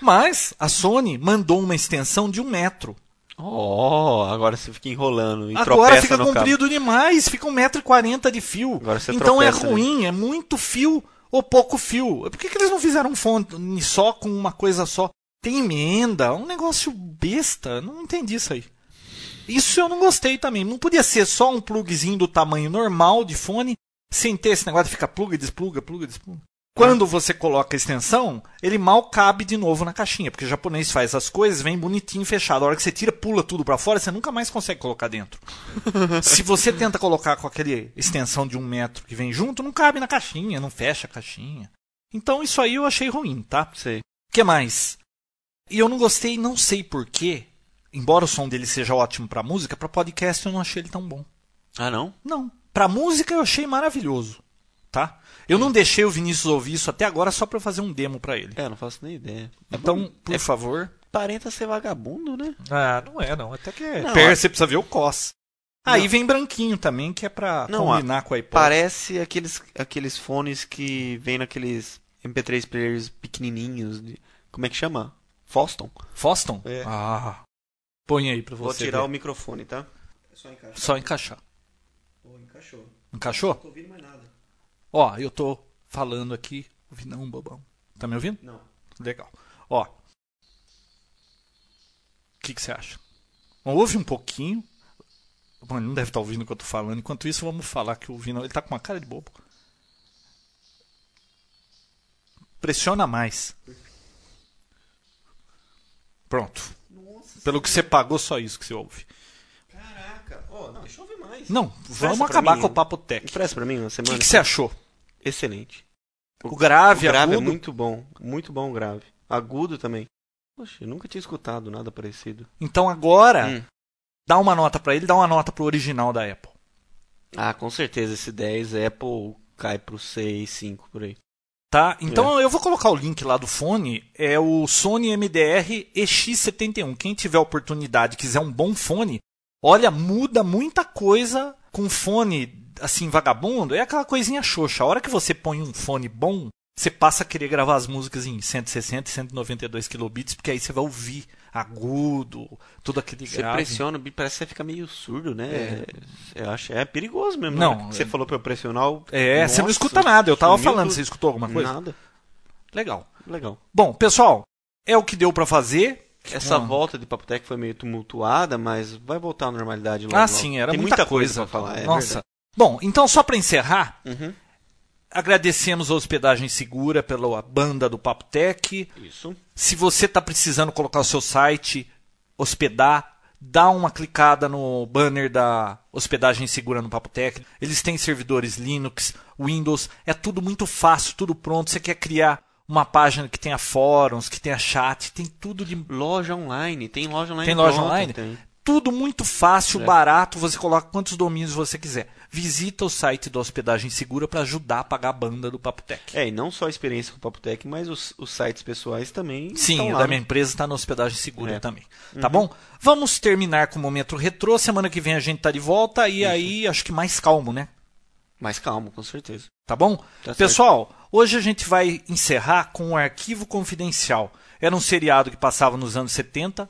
[SPEAKER 3] Mas a Sony mandou uma extensão de um metro.
[SPEAKER 2] Oh, agora você fica enrolando e
[SPEAKER 3] Agora
[SPEAKER 2] tropeça
[SPEAKER 3] fica
[SPEAKER 2] no
[SPEAKER 3] comprido demais, fica 1,40m de fio.
[SPEAKER 2] Agora você
[SPEAKER 3] então é
[SPEAKER 2] tropeça, né?
[SPEAKER 3] ruim, é muito fio ou pouco fio. Por que, que eles não fizeram um fone só com uma coisa só? Tem emenda, é um negócio besta, não entendi isso aí. Isso eu não gostei também. Não podia ser só um plugzinho do tamanho normal de fone, sem ter esse negócio de ficar pluga e despluga, pluga e despluga.
[SPEAKER 2] É.
[SPEAKER 3] Quando você coloca a extensão, ele mal cabe de novo na caixinha, porque o japonês faz as coisas, vem bonitinho fechado. A hora que você tira, pula tudo pra fora, você nunca mais consegue colocar dentro. Se você tenta colocar com aquele extensão de um metro que vem junto, não cabe na caixinha, não fecha a caixinha. Então isso aí eu achei ruim, tá?
[SPEAKER 2] cabo. Sei.
[SPEAKER 3] O que mais? E eu não gostei, não sei porquê. Embora o som dele seja ótimo pra música, pra podcast eu não achei ele tão bom.
[SPEAKER 2] Ah, não?
[SPEAKER 3] Não. Pra música eu achei maravilhoso, tá? Eu não deixei o Vinícius ouvir isso até agora só pra eu fazer um demo pra ele.
[SPEAKER 2] É, não faço nem ideia.
[SPEAKER 3] Então, por favor.
[SPEAKER 2] Aparenta ser vagabundo, né?
[SPEAKER 3] Ah, não é não. Até que é.
[SPEAKER 2] Não,
[SPEAKER 3] Per,
[SPEAKER 2] a-
[SPEAKER 3] você precisa ver o COS. Aí vem branquinho também, que é pra
[SPEAKER 2] Não,
[SPEAKER 3] combinar com a iPod.
[SPEAKER 2] Parece aqueles, aqueles fones que vem naqueles MP3 players pequenininhos. de- como é que chama? Foston.
[SPEAKER 3] Foston?
[SPEAKER 2] É.
[SPEAKER 3] Ah. Põe aí pra você.
[SPEAKER 2] Vou tirar
[SPEAKER 3] ver.
[SPEAKER 2] o microfone, tá? É só encaixar.
[SPEAKER 3] Só encaixar.
[SPEAKER 2] Pô, encaixou. Não
[SPEAKER 3] Encaixou?
[SPEAKER 2] tô ouvindo mais nada.
[SPEAKER 3] Ó, eu tô falando aqui. Ouvi não, bobão. Tá me ouvindo?
[SPEAKER 2] Não.
[SPEAKER 3] Legal. Ó. O que que você acha? Ouve um pouquinho. Mano, ele não deve estar ouvindo o que eu tô falando. Enquanto isso, vamos falar que o Vina. Ele tá com uma cara de bobo. Pressiona mais. Pronto.
[SPEAKER 2] Nossa,
[SPEAKER 3] Pelo que você pagou, só isso que você ouve.
[SPEAKER 2] caraca. Ó, não, deixa eu ouvir mais.
[SPEAKER 3] Não, vamos
[SPEAKER 2] pra
[SPEAKER 3] acabar
[SPEAKER 2] mim,
[SPEAKER 3] com o
[SPEAKER 2] hein?
[SPEAKER 3] Papo Tech. O
[SPEAKER 2] Empresta pra mim uma
[SPEAKER 3] que
[SPEAKER 2] semana.
[SPEAKER 3] que você achou?
[SPEAKER 2] Excelente.
[SPEAKER 3] O grave,
[SPEAKER 2] O grave é
[SPEAKER 3] agudo?
[SPEAKER 2] muito bom. Muito bom o grave. Agudo também. Poxa, eu nunca tinha escutado nada parecido.
[SPEAKER 3] Então agora,
[SPEAKER 2] Hum.
[SPEAKER 3] dá uma nota pra ele, dá uma nota pro original da Apple.
[SPEAKER 2] Ah, com certeza. Esse 10 Apple cai pro 6, 5 por aí.
[SPEAKER 3] Tá? Então eu vou colocar o link lá do fone, é o Sony MDR EX71. Quem tiver oportunidade, quiser um bom fone, olha, muda muita coisa com fone assim vagabundo, é aquela coisinha xoxa. A hora que você põe um fone bom, você passa a querer gravar as músicas em 160 e 192 kilobits, porque aí você vai ouvir agudo, todo aquele
[SPEAKER 2] Você
[SPEAKER 3] grave.
[SPEAKER 2] pressiona o bico, parece que você fica meio surdo, né? É. Eu acho, é perigoso mesmo.
[SPEAKER 3] Não,
[SPEAKER 2] né? Você
[SPEAKER 3] é-
[SPEAKER 2] falou pra eu pressionar o.
[SPEAKER 3] É, você não
[SPEAKER 2] Nossa,
[SPEAKER 3] escuta nada. Eu tava
[SPEAKER 2] sumiu
[SPEAKER 3] falando,
[SPEAKER 2] tudo.
[SPEAKER 3] você escutou alguma coisa?
[SPEAKER 2] Nada.
[SPEAKER 3] Legal.
[SPEAKER 2] Legal.
[SPEAKER 3] Bom, pessoal, é o que deu pra fazer.
[SPEAKER 2] Essa
[SPEAKER 3] Hum.
[SPEAKER 2] volta de Papotec foi meio tumultuada, mas vai voltar à normalidade logo.
[SPEAKER 3] Ah,
[SPEAKER 2] logo.
[SPEAKER 3] sim, era
[SPEAKER 2] Tem
[SPEAKER 3] muita,
[SPEAKER 2] coisa,
[SPEAKER 3] coisa.
[SPEAKER 2] pra falar. é Uhum.
[SPEAKER 3] Nossa. Bom, então só pra encerrar,
[SPEAKER 2] verdade.
[SPEAKER 3] agradecemos a Hospedagem Segura pela banda do Papo Tech.
[SPEAKER 2] Uhum. Isso.
[SPEAKER 3] Se você está precisando colocar o seu site, hospedar, dá uma clicada no banner da hospedagem segura no Papotec. Eles têm servidores Linux, Windows, é tudo muito fácil, tudo pronto. Você quer criar uma página que tenha fóruns, que tenha chat, tem tudo de
[SPEAKER 2] Loja online. Tem loja online.
[SPEAKER 3] tem loja
[SPEAKER 2] pronta,
[SPEAKER 3] online?
[SPEAKER 2] tem.
[SPEAKER 3] Tudo muito fácil, barato, você coloca quantos domínios você quiser. Visita o site da Hospedagem Segura para ajudar a pagar a banda do Papotec.
[SPEAKER 2] É, e não só a experiência com o Papotec, mas os, os sites pessoais também.
[SPEAKER 3] Sim,
[SPEAKER 2] estão
[SPEAKER 3] o
[SPEAKER 2] lá,
[SPEAKER 3] da
[SPEAKER 2] né?
[SPEAKER 3] minha empresa está na hospedagem segura
[SPEAKER 2] É.
[SPEAKER 3] também. Tá bom? Vamos terminar com o momento retrô. Semana que vem a gente tá de volta e aí acho que mais calmo, né?
[SPEAKER 2] Mas calma, com certeza.
[SPEAKER 3] Tá bom?
[SPEAKER 2] Tá certo.
[SPEAKER 3] Pessoal, hoje a gente vai encerrar com o Arquivo Confidencial. Era um seriado que passava nos anos 70.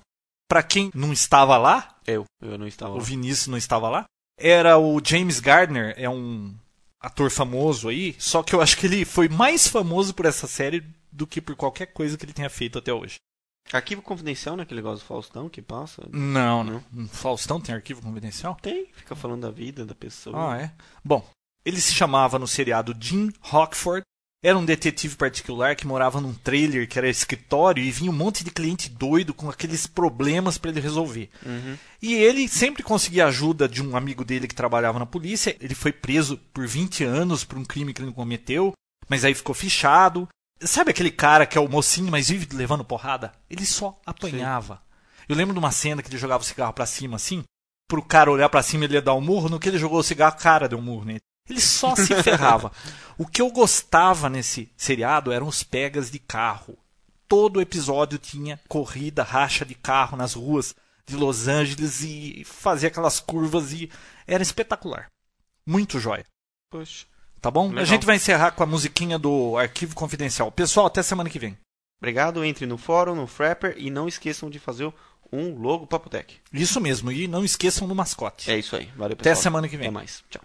[SPEAKER 3] Para quem não estava lá,
[SPEAKER 2] Eu. Eu não estava.
[SPEAKER 3] o
[SPEAKER 2] lá.
[SPEAKER 3] Vinícius não estava lá, era o James Gardner, é um ator famoso aí, só que eu acho que ele foi mais famoso por essa série do que por qualquer coisa que ele tenha feito até hoje.
[SPEAKER 2] Arquivo confidencial, né? Aquele negócio do Faustão que passa.
[SPEAKER 3] Não, não. Faustão tem arquivo confidencial?
[SPEAKER 2] Tem. Fica falando da vida da pessoa.
[SPEAKER 3] Ah, é? Bom, ele se chamava no seriado Jim Rockford. Era um detetive particular que morava num trailer que era escritório e vinha um monte de cliente doido com aqueles problemas pra ele resolver.
[SPEAKER 2] Uhum.
[SPEAKER 3] E ele sempre conseguia ajuda de um amigo dele que trabalhava na polícia. Ele foi preso por 20 anos por um crime que ele não cometeu, mas aí ficou fichado. Sabe aquele cara que é o mocinho, mas vive levando porrada? Ele só apanhava. Eu lembro de uma cena que ele jogava o cigarro pra cima assim, pro cara olhar pra cima ele ia dar um murro, no que ele jogou o cigarro, a cara deu um murro nele. Ele só se ferrava. o que eu gostava nesse seriado eram os pegas de carro. Todo episódio tinha corrida, racha de carro nas ruas de Los Angeles e fazia aquelas curvas e era espetacular. Muito jóia.
[SPEAKER 2] Poxa.
[SPEAKER 3] Tá bom? A
[SPEAKER 2] Legal.
[SPEAKER 3] gente vai encerrar com a musiquinha do Arquivo Confidencial. Pessoal, até semana que vem.
[SPEAKER 2] Obrigado, entre no fórum, no Frapper e não esqueçam de fazer um logo Papotec.
[SPEAKER 3] Isso mesmo, e não esqueçam do mascote.
[SPEAKER 2] É isso aí. Valeu,
[SPEAKER 3] Até
[SPEAKER 2] pessoal.
[SPEAKER 3] semana que vem.
[SPEAKER 2] Até mais. Tchau.